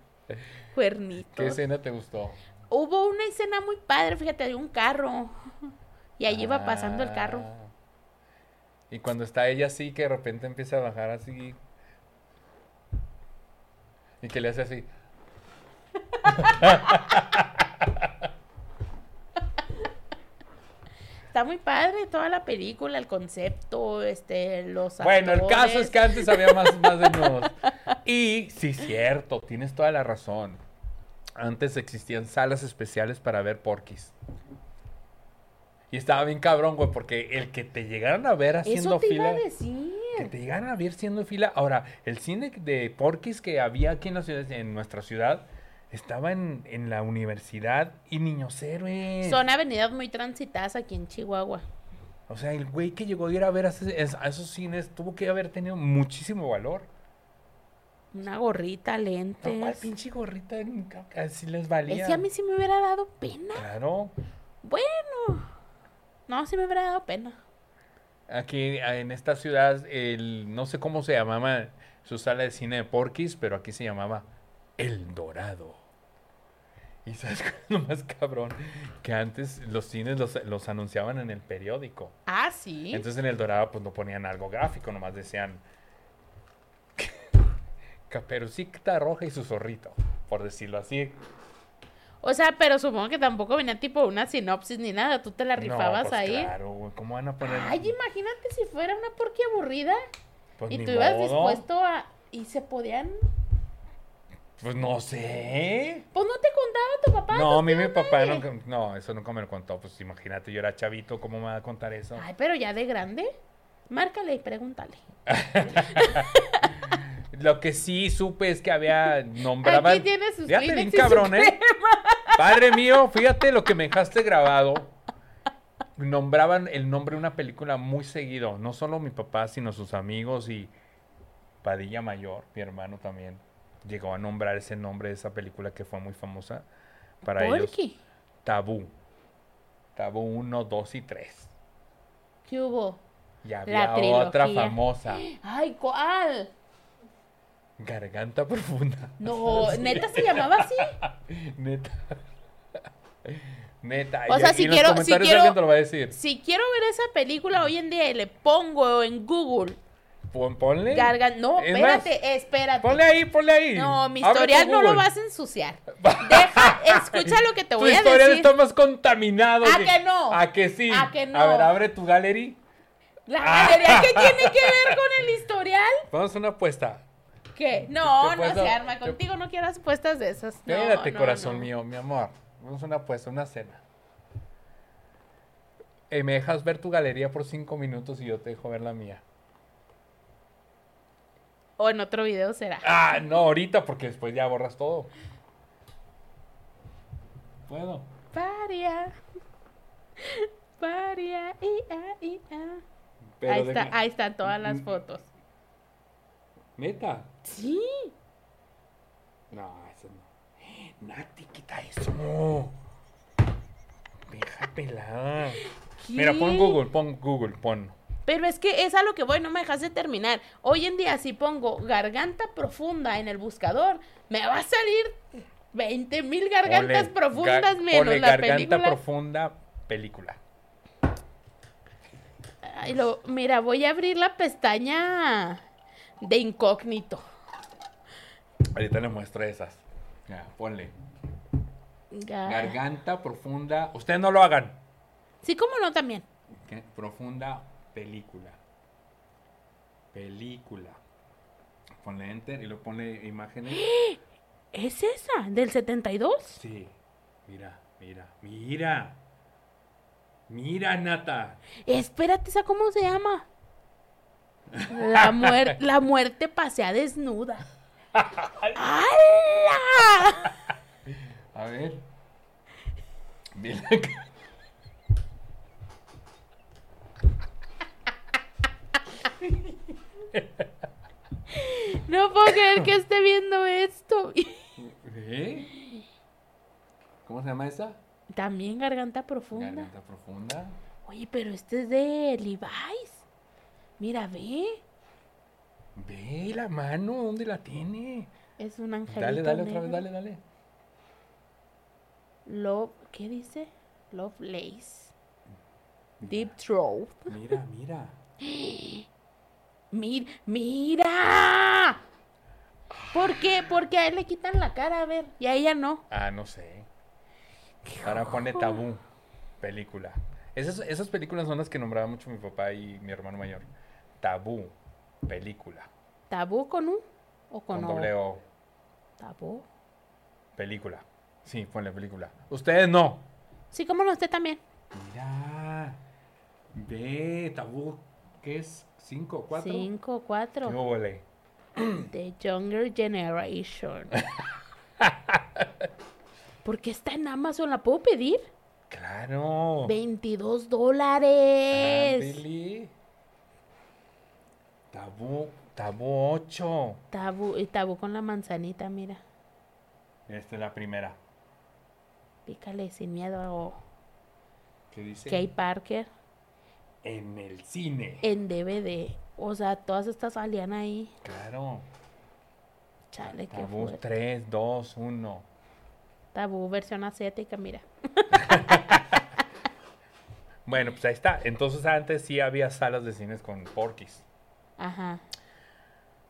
Speaker 2: cuernitos.
Speaker 1: ¿Qué escena te gustó?
Speaker 2: Hubo una escena muy padre, fíjate, de un carro. y allí va pasando el carro.
Speaker 1: Ah. Y cuando está ella así, que de repente empieza a bajar así. Y que le hace así.
Speaker 2: Está muy padre toda la película, el concepto, este, los
Speaker 1: Bueno, el caso es
Speaker 2: actores.
Speaker 1: que antes había más, más
Speaker 2: [laughs]
Speaker 1: desnudos. Y sí, cierto, tienes toda la razón. Antes existían salas especiales para ver porquis. Y estaba bien cabrón, güey, porque el que te llegaran a ver haciendo
Speaker 2: Eso te
Speaker 1: fila.
Speaker 2: iba a decir.
Speaker 1: Que te llegaran a ver siendo fila. Ahora, el cine de Porquis que había aquí en, la ciudad, en nuestra ciudad estaba en, en la universidad y niños héroes.
Speaker 2: Son avenidas muy transitadas aquí en Chihuahua.
Speaker 1: O sea, el güey que llegó a ir a ver a, ese- a esos cines tuvo que haber tenido muchísimo valor.
Speaker 2: Una gorrita,
Speaker 1: No, ¿cuál
Speaker 2: lentes.
Speaker 1: pinche gorrita nunca- así les valía.
Speaker 2: es que a mí sí me hubiera dado pena.
Speaker 1: Claro.
Speaker 2: Bueno. No, sí me hubiera dado pena.
Speaker 1: Aquí en esta ciudad, el, no sé cómo se llamaba su sala de cine de Porquis, pero aquí se llamaba El Dorado. Y sabes [laughs] cuál es lo más cabrón, que antes los cines los, los anunciaban en el periódico.
Speaker 2: Ah, sí.
Speaker 1: Entonces en El Dorado pues no ponían algo gráfico, nomás decían [laughs] Caperucita Roja y su zorrito, por decirlo así.
Speaker 2: O sea, pero supongo que tampoco venía tipo una sinopsis ni nada. Tú te la
Speaker 1: No,
Speaker 2: rifabas
Speaker 1: pues,
Speaker 2: ahí.
Speaker 1: Claro, güey, ¿cómo van a poner?
Speaker 2: Ay, imagínate si fuera una porquería aburrida.
Speaker 1: Pues,
Speaker 2: y
Speaker 1: ni
Speaker 2: tú ibas
Speaker 1: modo.
Speaker 2: dispuesto a. Y se podían.
Speaker 1: Pues no sé.
Speaker 2: Pues no te contaba tu papá.
Speaker 1: No, a mí mi
Speaker 2: entonces,
Speaker 1: papá
Speaker 2: madre.
Speaker 1: nunca- no, eso nunca me lo contó. Pues imagínate, yo era chavito, ¿cómo me va a contar eso?
Speaker 2: Ay, pero ya de grande. Márcale y pregúntale.
Speaker 1: Lo que sí supe es que había nombraban.
Speaker 2: [laughs] Aquí tiene sus
Speaker 1: Fíjate, bien
Speaker 2: Kleenex y su
Speaker 1: cabrón, ¿eh? Padre mío, fíjate lo que me dejaste grabado. Nombraban el nombre de una película muy seguido. No solo mi papá, sino sus amigos y Padilla Mayor, mi hermano también, llegó a nombrar ese nombre de esa película que fue muy famosa para ellos.
Speaker 2: Porky.
Speaker 1: Tabú. Tabú 1, 2 y 3.
Speaker 2: ¿Qué hubo?
Speaker 1: Y había
Speaker 2: La
Speaker 1: otra
Speaker 2: trilogía.
Speaker 1: famosa,
Speaker 2: Ay, ¿cuál?
Speaker 1: Garganta Profunda.
Speaker 2: [gasps]
Speaker 1: [laughs]
Speaker 2: No, neta se llamaba así.
Speaker 1: Neta. [laughs] Neta.
Speaker 2: O
Speaker 1: y-
Speaker 2: sea,
Speaker 1: y
Speaker 2: si
Speaker 1: en los
Speaker 2: quiero- si
Speaker 1: comentarios
Speaker 2: quiero-
Speaker 1: alguien te lo va a decir.
Speaker 2: Si quiero ver esa película hoy en día y le pongo en Google
Speaker 1: Pon- ponle.
Speaker 2: gargan. No,
Speaker 1: Es
Speaker 2: espérate,
Speaker 1: más,
Speaker 2: espérate.
Speaker 1: ponle ahí, ponle ahí.
Speaker 2: No, mi
Speaker 1: Abre tu
Speaker 2: historial no lo
Speaker 1: Google.
Speaker 2: vas a ensuciar. Deja, escucha lo que te
Speaker 1: [laughs]
Speaker 2: voy
Speaker 1: tu
Speaker 2: a
Speaker 1: historial
Speaker 2: decir.
Speaker 1: está más contaminado.
Speaker 2: ¿A que no?
Speaker 1: A que sí.
Speaker 2: ¿A que no?
Speaker 1: A ver, abre tu gallery.
Speaker 2: La galería
Speaker 1: Ah.
Speaker 2: que tiene que ver con el historial.
Speaker 1: Vamos a hacer una apuesta.
Speaker 2: ¿Qué? No,
Speaker 1: Te
Speaker 2: no
Speaker 1: puedo-
Speaker 2: se arma.
Speaker 1: te-
Speaker 2: Contigo no quiero apuestas de esas. No,
Speaker 1: Quédate,
Speaker 2: no,
Speaker 1: corazón
Speaker 2: no.
Speaker 1: mío, mi amor. Vamos a una apuesta, una cena. Eh, me dejas ver tu galería por cinco minutos y yo te dejo ver la mía.
Speaker 2: O en otro video será.
Speaker 1: Ah, no, ahorita, porque después ya borras todo. Puedo.
Speaker 2: Paria. Paria. ia, ia.
Speaker 1: Pero Mm.
Speaker 2: ahí,
Speaker 1: de
Speaker 2: está,
Speaker 1: mi-
Speaker 2: ahí están todas las fotos.
Speaker 1: Neta.
Speaker 2: Sí.
Speaker 1: No, eso no. Nati, quita eso. Vieja pelada. Mira, pon
Speaker 2: ¿Qué?
Speaker 1: Google, pon Google, pon.
Speaker 2: Pero es que es a lo que voy, no me dejas de terminar. Hoy en día, si pongo garganta profunda en el buscador, me va a salir 20 mil gargantas
Speaker 1: Ponle
Speaker 2: profundas
Speaker 1: ga-
Speaker 2: menos
Speaker 1: ponle
Speaker 2: la
Speaker 1: garganta
Speaker 2: película.
Speaker 1: profunda, película.
Speaker 2: Ay, lo- mira, voy a abrir la pestaña de incógnito.
Speaker 1: Ahorita les muestro esas. Ya, ponle.
Speaker 2: Gar-
Speaker 1: Garganta profunda. Ustedes no lo hagan.
Speaker 2: Sí, como no también.
Speaker 1: Ok, Profunda película. Película. Ponle enter y lo ponle imágenes.
Speaker 2: ¿Es esa? ¿Del 72?
Speaker 1: Sí. Mira, mira, mira. Mira, Nata.
Speaker 2: Espérate, ¿esa cómo se llama? La, muer- la muerte pasea desnuda. ¡Hala!
Speaker 1: A ver. Mira acá.
Speaker 2: No puedo creer que esté viendo esto.
Speaker 1: ¿Eh? ¿Cómo se llama esa?
Speaker 2: También garganta profunda.
Speaker 1: Garganta profunda.
Speaker 2: Oye, pero este es de Levi's. Mira, ve.
Speaker 1: Ve la mano, ¿dónde la tiene?
Speaker 2: Es un angelito
Speaker 1: Dale, dale otra
Speaker 2: negro.
Speaker 1: vez, dale, dale.
Speaker 2: Love, ¿qué dice? Love Lace. Deep Throat.
Speaker 1: Mira, mira.
Speaker 2: Mir- ¡Mira! ¿Por qué? Porque a él le quitan la cara, a ver, y a ella no.
Speaker 1: Ah, no sé. Ahora pone tabú. Película. Esas, esas películas son las que nombraba mucho mi papá y mi hermano mayor. Tabú. Película.
Speaker 2: ¿Tabú con U o con,
Speaker 1: Con
Speaker 2: O?
Speaker 1: doble O.
Speaker 2: ¿Tabú?
Speaker 1: Película. Sí, ponle película. Ustedes no.
Speaker 2: Sí, como no, usted también.
Speaker 1: Mira. Ve, tabú. ¿Qué es? ¿Cinco? ¿Cuatro?
Speaker 2: 5,
Speaker 1: ¿Qué
Speaker 2: 4.
Speaker 1: vole?
Speaker 2: The Younger
Speaker 1: [laughs]
Speaker 2: Generation. ¿Por qué está en Amazon? ¿La puedo pedir?
Speaker 1: Claro.
Speaker 2: 22 dólares.
Speaker 1: Ándele. Tabú. Tabú 8.
Speaker 2: Tabú, y tabú con la manzanita, mira.
Speaker 1: Esta es la primera.
Speaker 2: Pícale sin miedo. o
Speaker 1: ¿Qué dice?
Speaker 2: Kay Parker
Speaker 1: En el cine.
Speaker 2: en DVD. O sea, todas estas salían ahí.
Speaker 1: Claro.
Speaker 2: Chale, qué
Speaker 1: Tabú
Speaker 2: fuerte.
Speaker 1: 3, 2, 1.
Speaker 2: Tabú versión asiática, mira.
Speaker 1: Bueno, pues ahí está. Entonces antes sí había salas de cines con porquis.
Speaker 2: Ajá.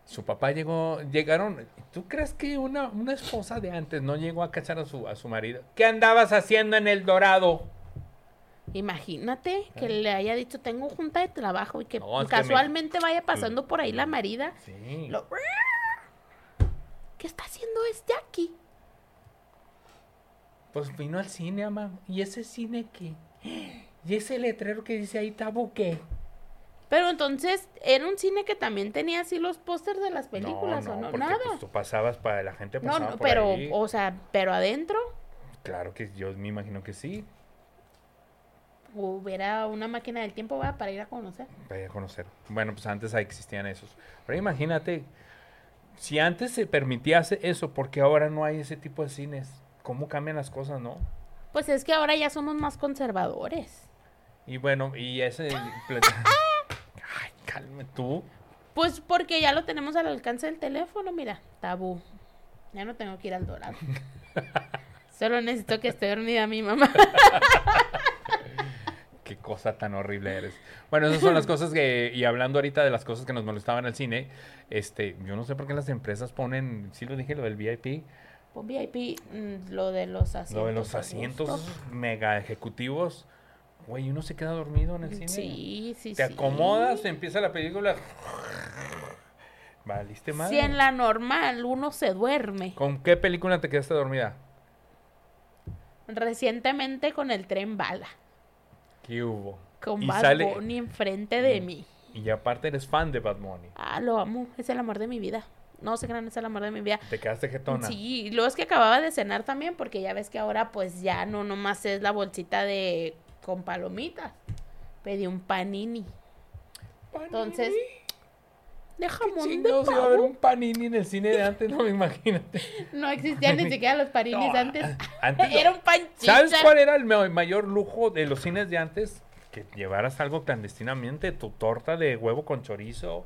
Speaker 1: Su papá llegó, llegaron. ¿Tú crees que una, una esposa de antes no llegó a cachar a su, a su marido? ¿Qué andabas haciendo en El Dorado?
Speaker 2: Imagínate que le haya dicho, tengo junta de trabajo y que
Speaker 1: Ah. No, es que me- Mm.
Speaker 2: casualmente vaya pasando por ahí la marida.
Speaker 1: Sí.
Speaker 2: Lo- ¿Qué está haciendo este aquí?
Speaker 1: Pues vino al cine, mamá. ¿Y ese cine qué? [gasps] ¿Y ese letrero que dice ahí tabú qué?
Speaker 2: Pero entonces, ¿era un cine que también tenía así los pósters de las películas
Speaker 1: no,
Speaker 2: o no?
Speaker 1: porque,
Speaker 2: Nada.
Speaker 1: pues, tú pasabas para la gente
Speaker 2: no,
Speaker 1: pasaba
Speaker 2: no,
Speaker 1: por
Speaker 2: pero,
Speaker 1: ahí.
Speaker 2: o sea, pero adentro
Speaker 1: Claro que yo me imagino que sí.
Speaker 2: hubiera una máquina del tiempo ¿verdad? para ir a conocer.
Speaker 1: Vaya a conocer. Bueno, pues antes ahí existían esos. Ahora imagínate, si antes se permitía hacer eso, porque ahora no hay ese tipo de cines. ¿Cómo cambian las cosas, no?
Speaker 2: Pues es que ahora ya somos más conservadores.
Speaker 1: Y bueno, y ese... plat- [laughs] Ay, cálmate tú.
Speaker 2: Pues porque ya lo tenemos al alcance del teléfono, mira, tabú. Ya no tengo que ir
Speaker 1: [laughs]
Speaker 2: al dorado. Solo necesito que esté dormida
Speaker 1: [laughs]
Speaker 2: mi mamá. Pues,
Speaker 1: Qué cosa tan horrible eres. Bueno, esas son las cosas que... Y hablando ahorita de las cosas que nos molestaban al cine, este, yo no sé por qué las empresas ponen... Sí lo dije, lo del VIP.
Speaker 2: Pues VIP, mm, lo de los asientos.
Speaker 1: Lo de los
Speaker 2: a
Speaker 1: asientos
Speaker 2: gusto.
Speaker 1: esos mega ejecutivos. Güey, uno se queda dormido en el cine.
Speaker 2: Sí, sí,
Speaker 1: Te
Speaker 2: sí.
Speaker 1: acomodas, empieza la película. Valiste madre.
Speaker 2: Si en la normal uno se duerme.
Speaker 1: ¿Con qué película te quedaste dormida?
Speaker 2: Recientemente con el tren bala.
Speaker 1: ¿Qué hubo?
Speaker 2: Con
Speaker 1: y
Speaker 2: Bad
Speaker 1: sale-
Speaker 2: Bunny enfrente de mí.
Speaker 1: Y aparte eres fan de Bad Bunny.
Speaker 2: Ah, lo amo. Es el amor de mi vida. No se crean, es el amor de mi vida.
Speaker 1: Te quedaste jetona.
Speaker 2: Sí, y luego es que acababa de cenar también, porque ya ves que ahora pues ya no nomás es la bolsita de con palomitas. Pedí un panini.
Speaker 1: Panini.
Speaker 2: Entonces, de jamón de
Speaker 1: Chingados, iba a
Speaker 2: pavo.
Speaker 1: haber un panini en el cine de antes, no me
Speaker 2: [laughs]
Speaker 1: imagínate.
Speaker 2: No
Speaker 1: [laughs]
Speaker 2: existían ni siquiera los paninis
Speaker 1: No,
Speaker 2: antes.
Speaker 1: [laughs] antes no.
Speaker 2: Era un panchita.
Speaker 1: ¿Sabes cuál era el ma- mayor lujo de los cines de antes? Que llevaras algo clandestinamente, tu torta de huevo con chorizo,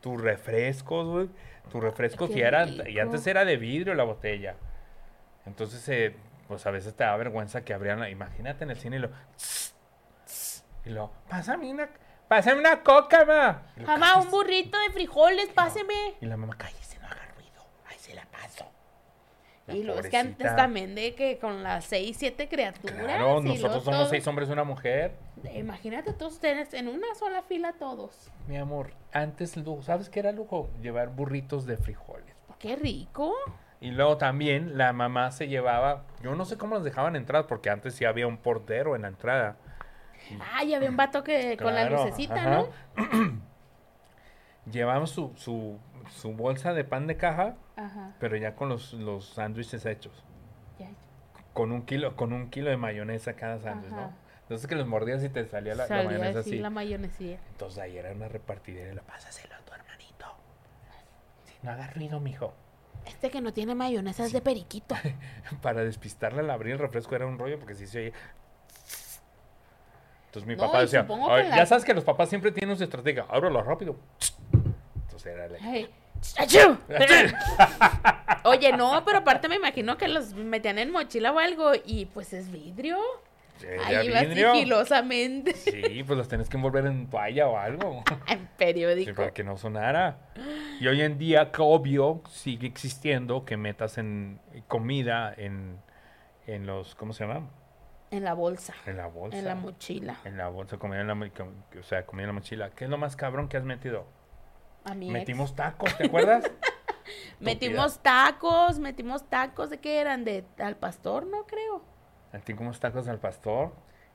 Speaker 1: tus refrescos, güey. Tus refrescos
Speaker 2: Qué
Speaker 1: y, eran- y
Speaker 2: rico.
Speaker 1: antes era de vidrio la botella. Entonces, eh, pues a veces te da vergüenza que abrían la... Imagínate en el cine y lo... Y lo... Pásame una... Pásame una coca, ma. Y lo
Speaker 2: Mamá,
Speaker 1: cállese.
Speaker 2: un burrito de frijoles, páseme.
Speaker 1: Y la mamá, cállese, no haga ruido. Ahí se la paso. La
Speaker 2: y los que antes
Speaker 1: pobrecita.
Speaker 2: también de que con las seis, siete criaturas.
Speaker 1: Claro,
Speaker 2: y luego
Speaker 1: nosotros
Speaker 2: todo-
Speaker 1: somos seis hombres y una mujer.
Speaker 2: Imagínate todos ustedes en una sola fila todos.
Speaker 1: Mi amor, antes lujo, ¿sabes qué era lujo? Llevar burritos de frijoles.
Speaker 2: Qué rico.
Speaker 1: Y luego también la mamá se llevaba, yo no sé cómo las dejaban entrar, porque antes sí había un portero en la entrada.
Speaker 2: Ah, ya había un vato que con la
Speaker 1: Claro,
Speaker 2: lucecita,
Speaker 1: ajá.
Speaker 2: ¿no?
Speaker 1: [clears throat] Llevaban su, su, su bolsa de pan de caja,
Speaker 2: Ajá.
Speaker 1: pero ya con los, los sándwiches hechos.
Speaker 2: Ya.
Speaker 1: Con un kilo, con un kilo de mayonesa cada sándwich,
Speaker 2: Ajá.
Speaker 1: ¿no? Entonces que los mordías y te salía la, la
Speaker 2: Salía
Speaker 1: mayonesa
Speaker 2: así
Speaker 1: así.
Speaker 2: la mayonesía.
Speaker 1: Entonces ahí era una repartidera y la pásaselo a tu hermanito. Sí, no hagas ruido, mijo.
Speaker 2: Este que no tiene mayonesa es
Speaker 1: [laughs]
Speaker 2: de periquito.
Speaker 1: Para despistarla al abrir el refresco era un rollo porque sí se oye. Entonces mi
Speaker 2: No,
Speaker 1: papá
Speaker 2: y
Speaker 1: decía,
Speaker 2: supongo
Speaker 1: "Ay,
Speaker 2: que
Speaker 1: ya
Speaker 2: la-
Speaker 1: sabes que los papás siempre tienen su estrategia, ábrelo rápido. Entonces era
Speaker 2: [laughs]
Speaker 1: la...
Speaker 2: Ay. ¡Achú! Oye, no, pero aparte me imagino que los metían en mochila o algo y pues es vidrio.
Speaker 1: eh, de
Speaker 2: Ahí vas
Speaker 1: vidrio.
Speaker 2: sigilosamente.
Speaker 1: Sí, pues las tenés que envolver en toalla o algo.
Speaker 2: [laughs] En
Speaker 1: Sí,
Speaker 2: periódico.
Speaker 1: para que no sonara. Y hoy en día, que obvio, sigue existiendo que metas en comida en, en los, ¿cómo se llama?
Speaker 2: En la bolsa.
Speaker 1: En la bolsa.
Speaker 2: En la mochila.
Speaker 1: En la bolsa, comida en la, mo- com- o sea, comida en la mochila. ¿Qué es lo más cabrón que has metido?
Speaker 2: A mí.
Speaker 1: Metimos tacos, ¿te
Speaker 2: [laughs]
Speaker 1: acuerdas?
Speaker 2: Metimos tacos, metimos tacos de qué eran, de al pastor, no creo.
Speaker 1: Metimos tacos al pastor.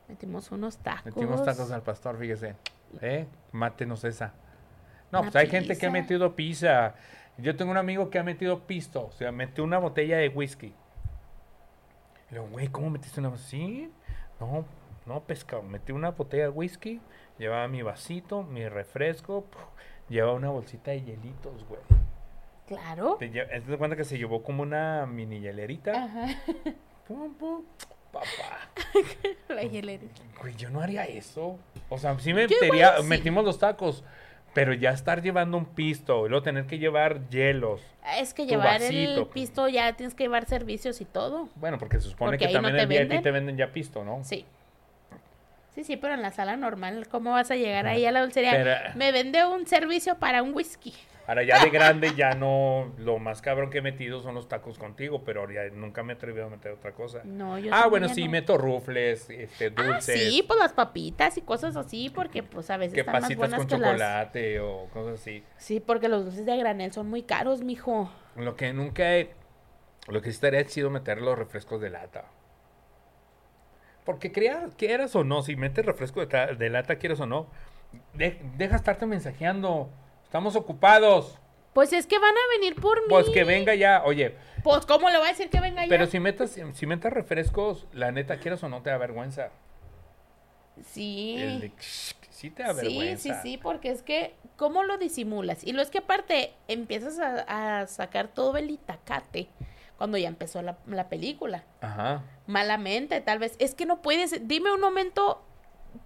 Speaker 2: Metimos unos tacos.
Speaker 1: Metimos tacos al pastor, fíjese. ¿Eh? Mátenos esa. No,
Speaker 2: Una
Speaker 1: pues hay gente que ha
Speaker 2: pizza.
Speaker 1: metido pizza. Yo tengo un amigo que ha metido pisto. O sea, metió una botella de whisky. Y luego, güey, ¿cómo metiste una botella? Sí. No, no, pescado. Metí una botella de whisky. Llevaba mi vasito, mi refresco. puf, llevaba una bolsita de hielitos, güey.
Speaker 2: Claro.
Speaker 1: Te, lle- ¿te das cuenta que se llevó como una mini hielerita?
Speaker 2: Ajá. Ah.
Speaker 1: Pum, pum. Papá.
Speaker 2: La hielerita.
Speaker 1: Güey, yo no haría eso. O sea, sí me
Speaker 2: Yo igual
Speaker 1: metería-
Speaker 2: sí.
Speaker 1: metimos los tacos, pero ya estar llevando un pisto, y luego tener que llevar hielos.
Speaker 2: Es que
Speaker 1: Tu
Speaker 2: llevar el
Speaker 1: vasito. pues.
Speaker 2: pisto ya tienes que llevar servicios y todo.
Speaker 1: Bueno, porque se supone
Speaker 2: Porque
Speaker 1: que
Speaker 2: ahí no
Speaker 1: también
Speaker 2: te
Speaker 1: en VIP
Speaker 2: venden.
Speaker 1: te venden ya pisto, ¿no?
Speaker 2: Sí. Sí, sí, pero en la sala normal, ¿cómo vas a llegar ahí a la dulcería?
Speaker 1: Pero-
Speaker 2: Me vende un servicio para un whisky.
Speaker 1: Ahora ya de grande ya no, lo más cabrón que he metido son los tacos contigo, pero ya nunca me he atrevido a meter otra cosa.
Speaker 2: No, yo
Speaker 1: ah,
Speaker 2: también
Speaker 1: bueno,
Speaker 2: ya
Speaker 1: sí,
Speaker 2: no.
Speaker 1: meto rufles, este,
Speaker 2: Ah,
Speaker 1: dulces,
Speaker 2: sí, pues las papitas y cosas así, porque pues a veces
Speaker 1: que
Speaker 2: están más
Speaker 1: pasitas
Speaker 2: buenas
Speaker 1: con
Speaker 2: que las...
Speaker 1: chocolate o cosas así.
Speaker 2: Sí, porque los dulces de granel son muy caros, mijo.
Speaker 1: Lo que nunca he... Lo que sí estaría chido meter los refrescos de lata. Porque crea- quieras o no, si metes refresco de, ta- de lata, quieras o no, de- deja estarte mensajeando. Estamos ocupados.
Speaker 2: Pues es que van a venir por mí.
Speaker 1: Pues que venga ya. Oye,
Speaker 2: Pues, ¿cómo le voy a decir que venga ya?
Speaker 1: pero si metas, si metas refrescos, la neta, quieras o no, te da vergüenza. El
Speaker 2: Sí.
Speaker 1: de- sí te da
Speaker 2: Sí, sí,
Speaker 1: vergüenza.
Speaker 2: sí, porque es que, ¿cómo lo disimulas? Y lo es que aparte empiezas a, a sacar todo el itacate cuando ya empezó la, la película.
Speaker 1: Ajá.
Speaker 2: Malamente, tal vez. Es que no puedes, dime un momento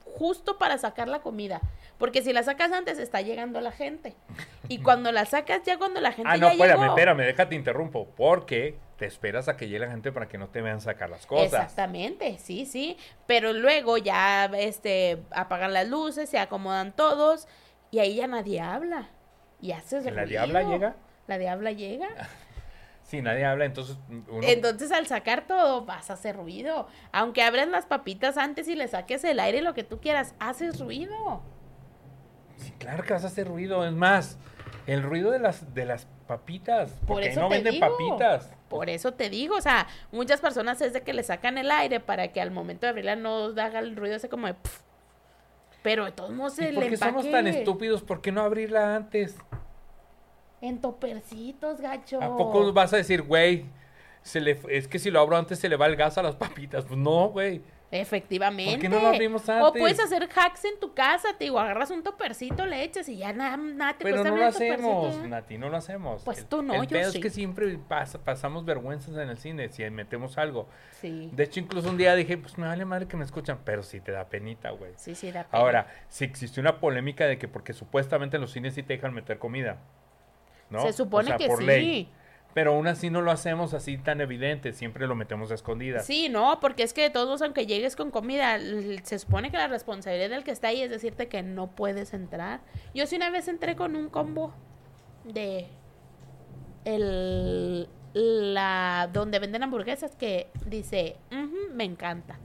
Speaker 2: justo para sacar la comida. Porque si la sacas antes, está llegando la gente.
Speaker 1: [laughs]
Speaker 2: Y cuando la sacas, ya cuando la gente
Speaker 1: Ah, no,
Speaker 2: ya
Speaker 1: espérame,
Speaker 2: llegó.
Speaker 1: espérame, déjate interrumpo. Porque te esperas a que llegue la gente para que no te vean sacar las cosas.
Speaker 2: Exactamente, sí, sí. Pero luego ya este apagan las luces, se acomodan todos y ahí ya nadie habla. Y haces
Speaker 1: ¿Que la
Speaker 2: ruido.
Speaker 1: diabla llega?
Speaker 2: La diabla llega.
Speaker 1: Ah, Si nadie habla, entonces mm, uno...
Speaker 2: Entonces al sacar todo vas a hacer ruido. Aunque abras las papitas antes y le saques el aire lo que tú quieras, haces ruido.
Speaker 1: Sí, claro que vas a hacer ruido. Es más, el ruido de las, de las papitas.
Speaker 2: Por
Speaker 1: Porque
Speaker 2: eso
Speaker 1: no
Speaker 2: te
Speaker 1: venden
Speaker 2: digo.
Speaker 1: papitas.
Speaker 2: Por eso te digo, o sea, muchas personas es de que le sacan el aire para que al momento de abrirla no haga el ruido ese como de pf. Pero de todos modos
Speaker 1: ¿Y
Speaker 2: el
Speaker 1: por qué somos tan
Speaker 2: empaque-
Speaker 1: estúpidos? ¿Por qué no abrirla antes?
Speaker 2: En topercitos, gacho.
Speaker 1: ¿A poco vas a decir, güey, se le, es que si lo abro antes se le va el gas a las papitas? Pues no, güey.
Speaker 2: Efectivamente.
Speaker 1: ¿Por qué no lo abrimos
Speaker 2: O
Speaker 1: antes?
Speaker 2: puedes hacer hacks en tu casa, te digo, agarras un topercito, le echas y ya nada, nada te
Speaker 1: Pero
Speaker 2: cuesta
Speaker 1: no
Speaker 2: abrir
Speaker 1: lo
Speaker 2: el topercito,
Speaker 1: hacemos,
Speaker 2: ¿eh?
Speaker 1: Nati, no lo hacemos.
Speaker 2: Pues
Speaker 1: El-
Speaker 2: tú no,
Speaker 1: el
Speaker 2: yo
Speaker 1: pedo
Speaker 2: sí.
Speaker 1: es que siempre pasa- pasamos vergüenzas en el cine si metemos algo.
Speaker 2: Sí.
Speaker 1: De hecho, incluso un día dije, pues me vale madre que me escuchan, pero sí te da penita, güey.
Speaker 2: Sí, sí, da pena.
Speaker 1: Ahora, si existe una polémica de que porque supuestamente en los cines sí te dejan meter comida. ¿No?
Speaker 2: Se supone
Speaker 1: O sea,
Speaker 2: que
Speaker 1: por
Speaker 2: sí.
Speaker 1: ley. Pero aún así no lo hacemos así tan evidente, siempre lo metemos a escondidas.
Speaker 2: Sí, no, porque es que de todos modos, aunque llegues con comida, l- se supone que la responsabilidad del que está ahí es decirte que no puedes entrar. Yo sí una vez entré con un combo de el la donde venden hamburguesas que dice, "Ujú, me encanta.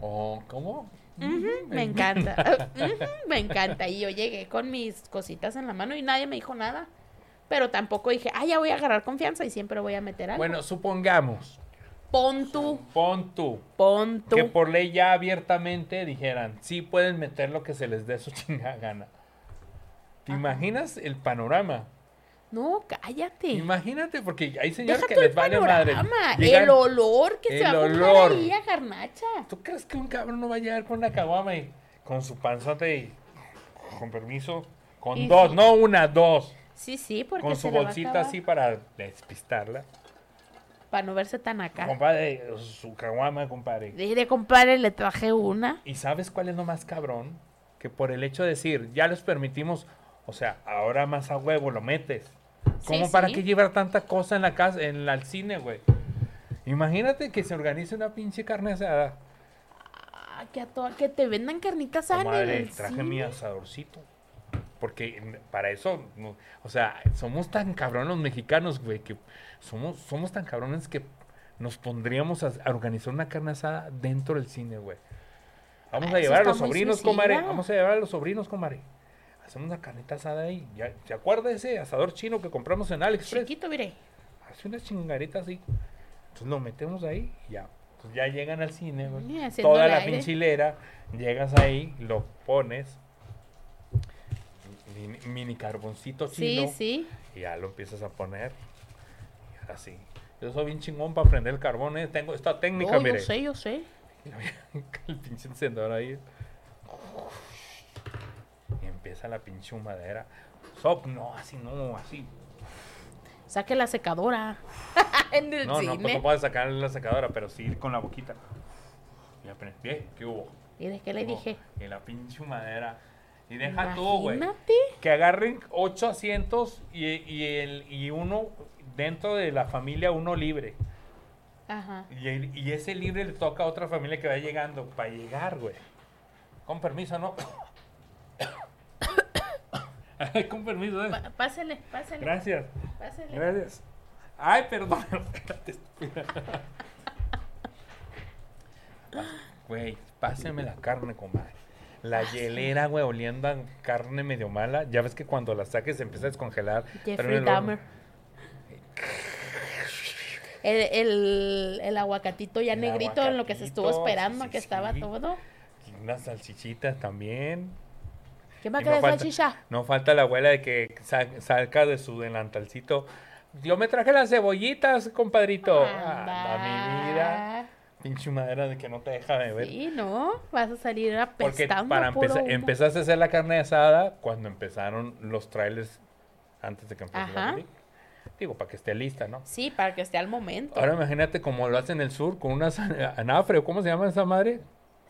Speaker 1: Oh, ¿Cómo?
Speaker 2: Ujú, me encanta. [laughs] Ujú, me encanta. Y yo llegué con mis cositas en la mano y nadie me dijo nada. Pero tampoco dije, ah, ya voy a agarrar confianza y siempre voy a meter algo.
Speaker 1: Bueno, supongamos,
Speaker 2: pon tú,
Speaker 1: pon tú,
Speaker 2: pon tú.
Speaker 1: que por ley ya abiertamente dijeran, sí pueden meter lo que se les dé su [laughs] chingada gana. ¿Te
Speaker 2: Ajá.
Speaker 1: imaginas el panorama?
Speaker 2: No, cállate.
Speaker 1: Imagínate, porque hay señores
Speaker 2: Deja
Speaker 1: que
Speaker 2: tú
Speaker 1: les
Speaker 2: el
Speaker 1: vale
Speaker 2: panorama,
Speaker 1: madre.
Speaker 2: el
Speaker 1: Llegan-
Speaker 2: olor que se
Speaker 1: el
Speaker 2: va a
Speaker 1: olor.
Speaker 2: juntar ahí a garnacha.
Speaker 1: ¿Tú crees que un cabrón no va a llegar con una caguama y con su panzote y con permiso? Con
Speaker 2: Y
Speaker 1: dos,
Speaker 2: sí.
Speaker 1: no una, dos.
Speaker 2: Sí, sí, porque
Speaker 1: Con
Speaker 2: se
Speaker 1: su
Speaker 2: le va a
Speaker 1: bolsita
Speaker 2: acabar
Speaker 1: así para despistarla.
Speaker 2: Para no verse tan acá.
Speaker 1: Compadre, su caguama, compadre.
Speaker 2: Dile, compadre, le traje una.
Speaker 1: ¿Y sabes cuál es lo más cabrón? Que por el hecho de decir, ya les permitimos, o sea, ahora más a huevo lo metes.
Speaker 2: Sí,
Speaker 1: ¿Cómo para
Speaker 2: sí.
Speaker 1: qué llevar tanta cosa en la casa, en la- al cine, güey? Imagínate que se organice una pinche carne asada.
Speaker 2: Ah, que, a to- que te vendan carnitas
Speaker 1: Oh,
Speaker 2: sana en
Speaker 1: madre,
Speaker 2: el
Speaker 1: traje
Speaker 2: cine.
Speaker 1: mi asadorcito. Porque en- para eso, no- o sea, somos tan cabrones los mexicanos, güey, que somos, somos tan cabrones que nos pondríamos a, a organizar una carne asada dentro del cine, güey. Vamos
Speaker 2: Ah,
Speaker 1: a
Speaker 2: eso
Speaker 1: llevar a
Speaker 2: está
Speaker 1: los
Speaker 2: muy
Speaker 1: sobrinos,
Speaker 2: suicida.
Speaker 1: comare. Vamos a llevar a los sobrinos, comare. Hacemos una carnita asada ahí. Ya, ¿Se acuerda ese asador chino que compramos en AliExpress?
Speaker 2: Chiquito, mire.
Speaker 1: Hace una chingarita así. Entonces lo metemos ahí y ya. Pues ya llegan al cine, güey.
Speaker 2: Mm, haciéndole
Speaker 1: Toda la
Speaker 2: aire.
Speaker 1: pinchilera. Llegas ahí, lo pones. Mini, mini carboncito chino.
Speaker 2: Sí, sí.
Speaker 1: Y ya lo empiezas a poner. Y ahora sí. Yo soy bien chingón para prender el carbón, ¿eh? Tengo esta técnica,
Speaker 2: Oh, yo
Speaker 1: mire. [laughs]
Speaker 2: sé, yo sé.
Speaker 1: Y la mía- el pinche encendedor ahí. Y empieza la pinche humadera. Sop, no, así no, así.
Speaker 2: Saque la secadora. [laughs] en el
Speaker 1: No, no, pues
Speaker 2: cine.
Speaker 1: no puedes sacar la secadora, pero sí con la boquita. Y aprendí, ¿eh? ¿qué hubo?
Speaker 2: y de qué le
Speaker 1: No,
Speaker 2: dije.
Speaker 1: Y la pinche madera. Y deja tú, güey.
Speaker 2: Imagínate.
Speaker 1: Que agarren ocho asientos y, y el, y uno dentro de la familia, uno libre.
Speaker 2: Ajá.
Speaker 1: Y, el- y ese libre le toca a otra familia que va llegando para llegar, güey. Con permiso, ¿no? [coughs] Ay, Con permiso, ¿eh?
Speaker 2: [coughs] Pa- pásele, pásele.
Speaker 1: Gracias.
Speaker 2: Pásele.
Speaker 1: Gracias. Ay, perdón. [laughs] Espérate, espera. Güey, páseme la carne, comadre.
Speaker 2: Ah,
Speaker 1: La hielera, güey, oliendo a carne medio mala. Ya ves que cuando la saques se empieza a descongelar. pero en
Speaker 2: Jeffrey
Speaker 1: el horno-
Speaker 2: Dahmer. El, el, el aguacatito ya
Speaker 1: El
Speaker 2: negrito en lo que se estuvo
Speaker 1: aguacatito,
Speaker 2: esperando,
Speaker 1: sí,
Speaker 2: que
Speaker 1: sí,
Speaker 2: estaba
Speaker 1: sí.
Speaker 2: todo.
Speaker 1: y Unas salchichitas también.
Speaker 2: ¿Qué va a
Speaker 1: Y
Speaker 2: quedar
Speaker 1: falta-
Speaker 2: salchicha?
Speaker 1: no falta la abuela de que sa- saca de su delantalcito. Yo me traje las cebollitas, compadrito. Anda, Ah, mi vida.
Speaker 2: Anda.
Speaker 1: Pinche madera de que no te deja beber.
Speaker 2: Sí, ¿no? Vas a salir
Speaker 1: Porque
Speaker 2: apestando
Speaker 1: para
Speaker 2: puro
Speaker 1: empezar,
Speaker 2: humo.
Speaker 1: empezaste a hacer la carne asada cuando empezaron los trailers antes de que empezara la
Speaker 2: Ajá.
Speaker 1: película. Digo, para que esté lista, ¿no?
Speaker 2: Sí, para que esté al momento.
Speaker 1: Ahora imagínate como lo hacen en el sur con unas an- anafre, ¿o ¿cómo se llama esa madre?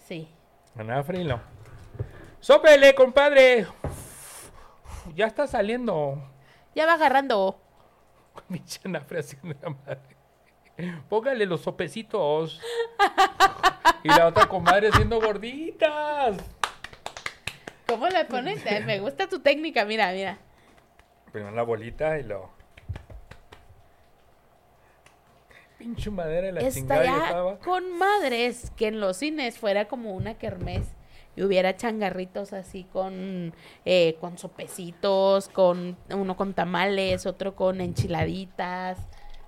Speaker 2: Sí.
Speaker 1: Anafre y no. ¡Sópele, compadre! Ya está saliendo.
Speaker 2: Ya va agarrando.
Speaker 1: Pinche anafre haciendo la madre. Póngale los sopecitos. y la otra comadre haciendo gorditas.
Speaker 2: ¿Cómo
Speaker 1: [laughs]
Speaker 2: le pones? Eh, Me gusta tu técnica, mira, mira.
Speaker 1: Primero la bolita y luego. Pinche madera de la chingada ya
Speaker 2: Estaría
Speaker 1: estaba.
Speaker 2: con madres que en los cines fuera como una kermés y hubiera changarritos así con, eh, con sopecitos, con uno con tamales, otro con enchiladitas.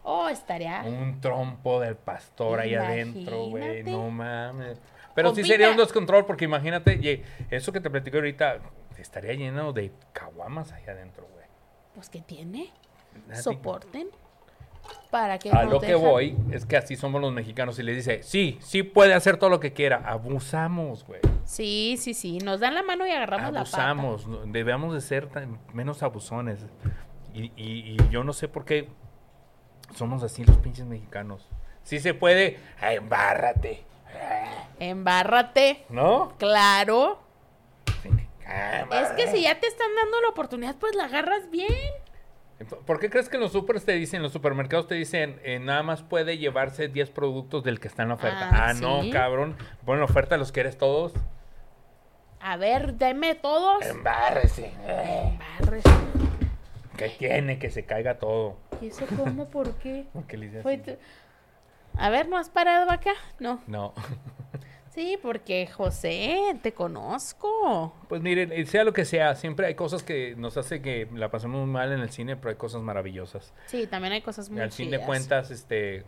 Speaker 2: Oh, estaría.
Speaker 1: Un trompo del pastor ahí adentro, güey.
Speaker 2: Imagínate.
Speaker 1: No mames. Pero sí
Speaker 2: Combina-
Speaker 1: sería un descontrol, porque imagínate, ye- eso que te platico ahorita estaría lleno de caguamas ahí adentro, güey.
Speaker 2: Pues que tiene.
Speaker 1: Nati-
Speaker 2: Soporten. Para que.
Speaker 1: A
Speaker 2: no
Speaker 1: lo que
Speaker 2: dejan-
Speaker 1: voy es que así somos los mexicanos. Y les dice, sí, sí puede hacer todo lo que quiera. Abusamos, güey.
Speaker 2: Sí, sí, sí. Nos dan la mano y agarramos la
Speaker 1: abusamos, no- debemos de ser tan- menos abusones. Y, y- y yo no sé por qué somos así los pinches mexicanos. Si se puede, ¡ay, embárrate. Ah,
Speaker 2: pata. Embárrate.
Speaker 1: ¿No?
Speaker 2: Claro.
Speaker 1: Sí. Ah,
Speaker 2: Es que si ya te están dando la oportunidad, pues la agarras bien.
Speaker 1: ¿Por qué crees que en los supers te dicen, en los supermercados te dicen, eh, nada más puede llevarse 10 productos del que está en la oferta?
Speaker 2: Ah,
Speaker 1: Ah, no,
Speaker 2: sí.
Speaker 1: cabrón. Ponen la oferta, los quieres todos.
Speaker 2: A ver, deme todos.
Speaker 1: Em. Embárrese. Ah,
Speaker 2: Barres.
Speaker 1: ¿Qué tiene? Que se caiga todo.
Speaker 2: ¿Y eso cómo? ¿Por
Speaker 1: [laughs]
Speaker 2: qué?
Speaker 1: Porque le dicen
Speaker 2: Fue
Speaker 1: así.
Speaker 2: tu- A ver, ¿no has parado acá? No.
Speaker 1: No.
Speaker 2: Sí, porque José, te conozco.
Speaker 1: Pues miren, eh, sea lo que sea, siempre hay cosas que nos hace que la pasemos muy mal en el cine, pero hay cosas maravillosas.
Speaker 2: Sí, también hay cosas muy
Speaker 1: Al fin de
Speaker 2: chidas.
Speaker 1: cuentas, este,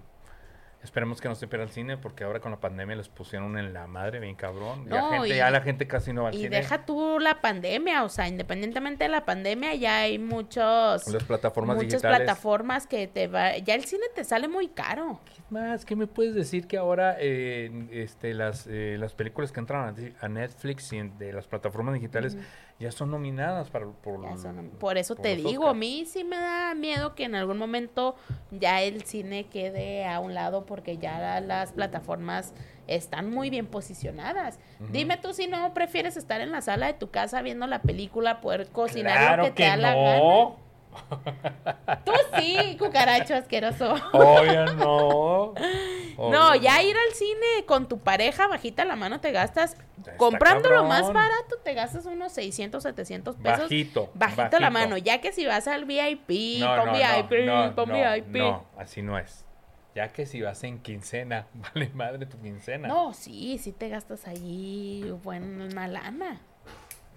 Speaker 1: esperemos que no se pierda el cine, porque ahora con la pandemia les pusieron en la madre, bien cabrón. Ya
Speaker 2: No,
Speaker 1: gente,
Speaker 2: y-
Speaker 1: ya la gente casi no va al
Speaker 2: Y
Speaker 1: cine.
Speaker 2: deja tú la pandemia, o sea, independientemente de la pandemia, ya hay muchos,
Speaker 1: Las plataformas
Speaker 2: muchas
Speaker 1: digitales.
Speaker 2: plataformas que te va... Ya el cine te sale muy caro.
Speaker 1: ¿Qué más? ¿Qué me puedes decir que ahora eh, este, las, eh, las películas que entraron a di- a Netflix y en- de las plataformas digitales ya son nominadas para, por,
Speaker 2: Ya son- Por eso
Speaker 1: Mm, por
Speaker 2: te
Speaker 1: los
Speaker 2: digo, a
Speaker 1: Oscars?
Speaker 2: mí sí me da miedo que en algún momento ya el cine quede a un lado porque ya la- las plataformas están muy bien posicionadas.
Speaker 1: Ujú.
Speaker 2: Dime tú si no prefieres estar en la sala de tu casa viendo la película, poder cocinar
Speaker 1: Claro
Speaker 2: lo que,
Speaker 1: que,
Speaker 2: te da la gana.
Speaker 1: no.
Speaker 2: Tú sí, cucaracho asqueroso.
Speaker 1: Obvio no.
Speaker 2: No,
Speaker 1: Obvio.
Speaker 2: ya ir al cine con tu pareja, bajita la mano, te gastas.
Speaker 1: Está
Speaker 2: comprando lo más
Speaker 1: cabrón.
Speaker 2: barato, te gastas unos 600, 700 pesos.
Speaker 1: Bajito.
Speaker 2: Bajita la mano. Ya que si vas al VIP,
Speaker 1: No,
Speaker 2: pon
Speaker 1: no,
Speaker 2: VIP,
Speaker 1: no, no,
Speaker 2: pon
Speaker 1: no,
Speaker 2: VIP.
Speaker 1: no, así no es. Ya que si vas en quincena, [laughs] vale madre tu quincena.
Speaker 2: No, sí, sí te gastas allí buena lana.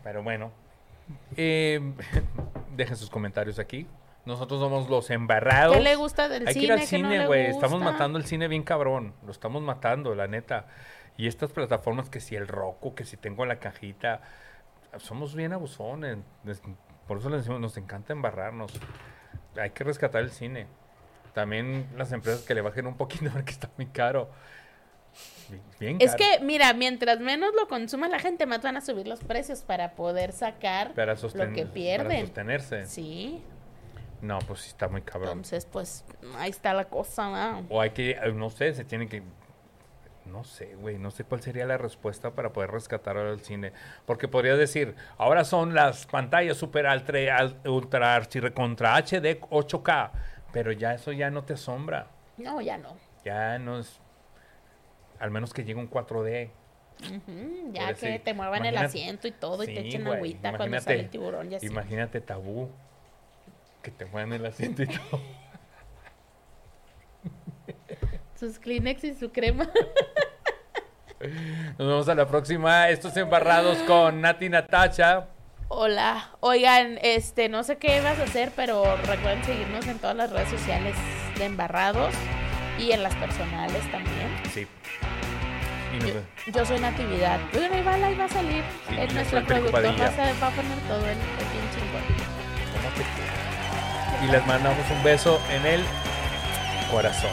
Speaker 1: Pero bueno, eh, [laughs] dejen sus comentarios aquí. Nosotros somos los embarrados.
Speaker 2: ¿Qué le gusta del
Speaker 1: Hay que
Speaker 2: cine?
Speaker 1: ir al
Speaker 2: ¿Qué no
Speaker 1: cine,
Speaker 2: le
Speaker 1: güey. estamos
Speaker 2: gusta?
Speaker 1: matando el cine bien cabrón. Lo estamos matando, la neta. Y estas plataformas que si el Roku, que si tengo la cajita, somos bien abusones. Les- Por eso les decimos, nos encanta embarrarnos. Hay que rescatar el cine. También las empresas que le bajen un poquito [laughs] porque está muy caro. Bien- bien
Speaker 2: Es
Speaker 1: caro.
Speaker 2: que, mira, mientras menos lo consuma la gente, más van a subir los precios para poder sacar.
Speaker 1: para sostener,
Speaker 2: lo que
Speaker 1: para
Speaker 2: pierden.
Speaker 1: sostenerse.
Speaker 2: Sí,
Speaker 1: No, pues sí está muy cabrón.
Speaker 2: entonces, pues, ahí está la cosa, ¿no?
Speaker 1: O hay que, eh, no sé, se tiene que... No sé, güey, no sé cuál sería la respuesta para poder rescatar al cine. Porque podría decir, ahora son las pantallas super altre- al- ultra archi- contra HD 8K, pero ya eso ya no te asombra.
Speaker 2: No, ya no.
Speaker 1: Ya no es... Al menos que llegue un 4D.
Speaker 2: Ujú, ya
Speaker 1: Ahora
Speaker 2: que
Speaker 1: Pues sí.
Speaker 2: te muevan el
Speaker 1: Imagínate-
Speaker 2: asiento y todo, y te
Speaker 1: Sí,
Speaker 2: echen
Speaker 1: güey,
Speaker 2: agüita cuando sale el tiburón y así.
Speaker 1: Imagínate tabú. Que te muevan el asiento y todo. [laughs]
Speaker 2: Sus Kleenex y su crema.
Speaker 1: Nos vemos a la próxima. Estos embarrados con Nati Natacha.
Speaker 2: Hola. Oigan, este, no sé qué vas a hacer, pero recuerden seguirnos en todas las redes sociales de Embarrados y en las personales también.
Speaker 1: Sí. Y
Speaker 2: Eh,
Speaker 1: nos vemos.
Speaker 2: Yo soy Natividad. Bueno, ahí va, ahí va a salir.
Speaker 1: Sí,
Speaker 2: es
Speaker 1: yo
Speaker 2: nuestro
Speaker 1: soy Perico
Speaker 2: productor.
Speaker 1: Padilla.
Speaker 2: Va a, sa- va a poner todo el, el bien chingón.
Speaker 1: ¿Cómo te queda? Y les mandamos un beso en el corazón.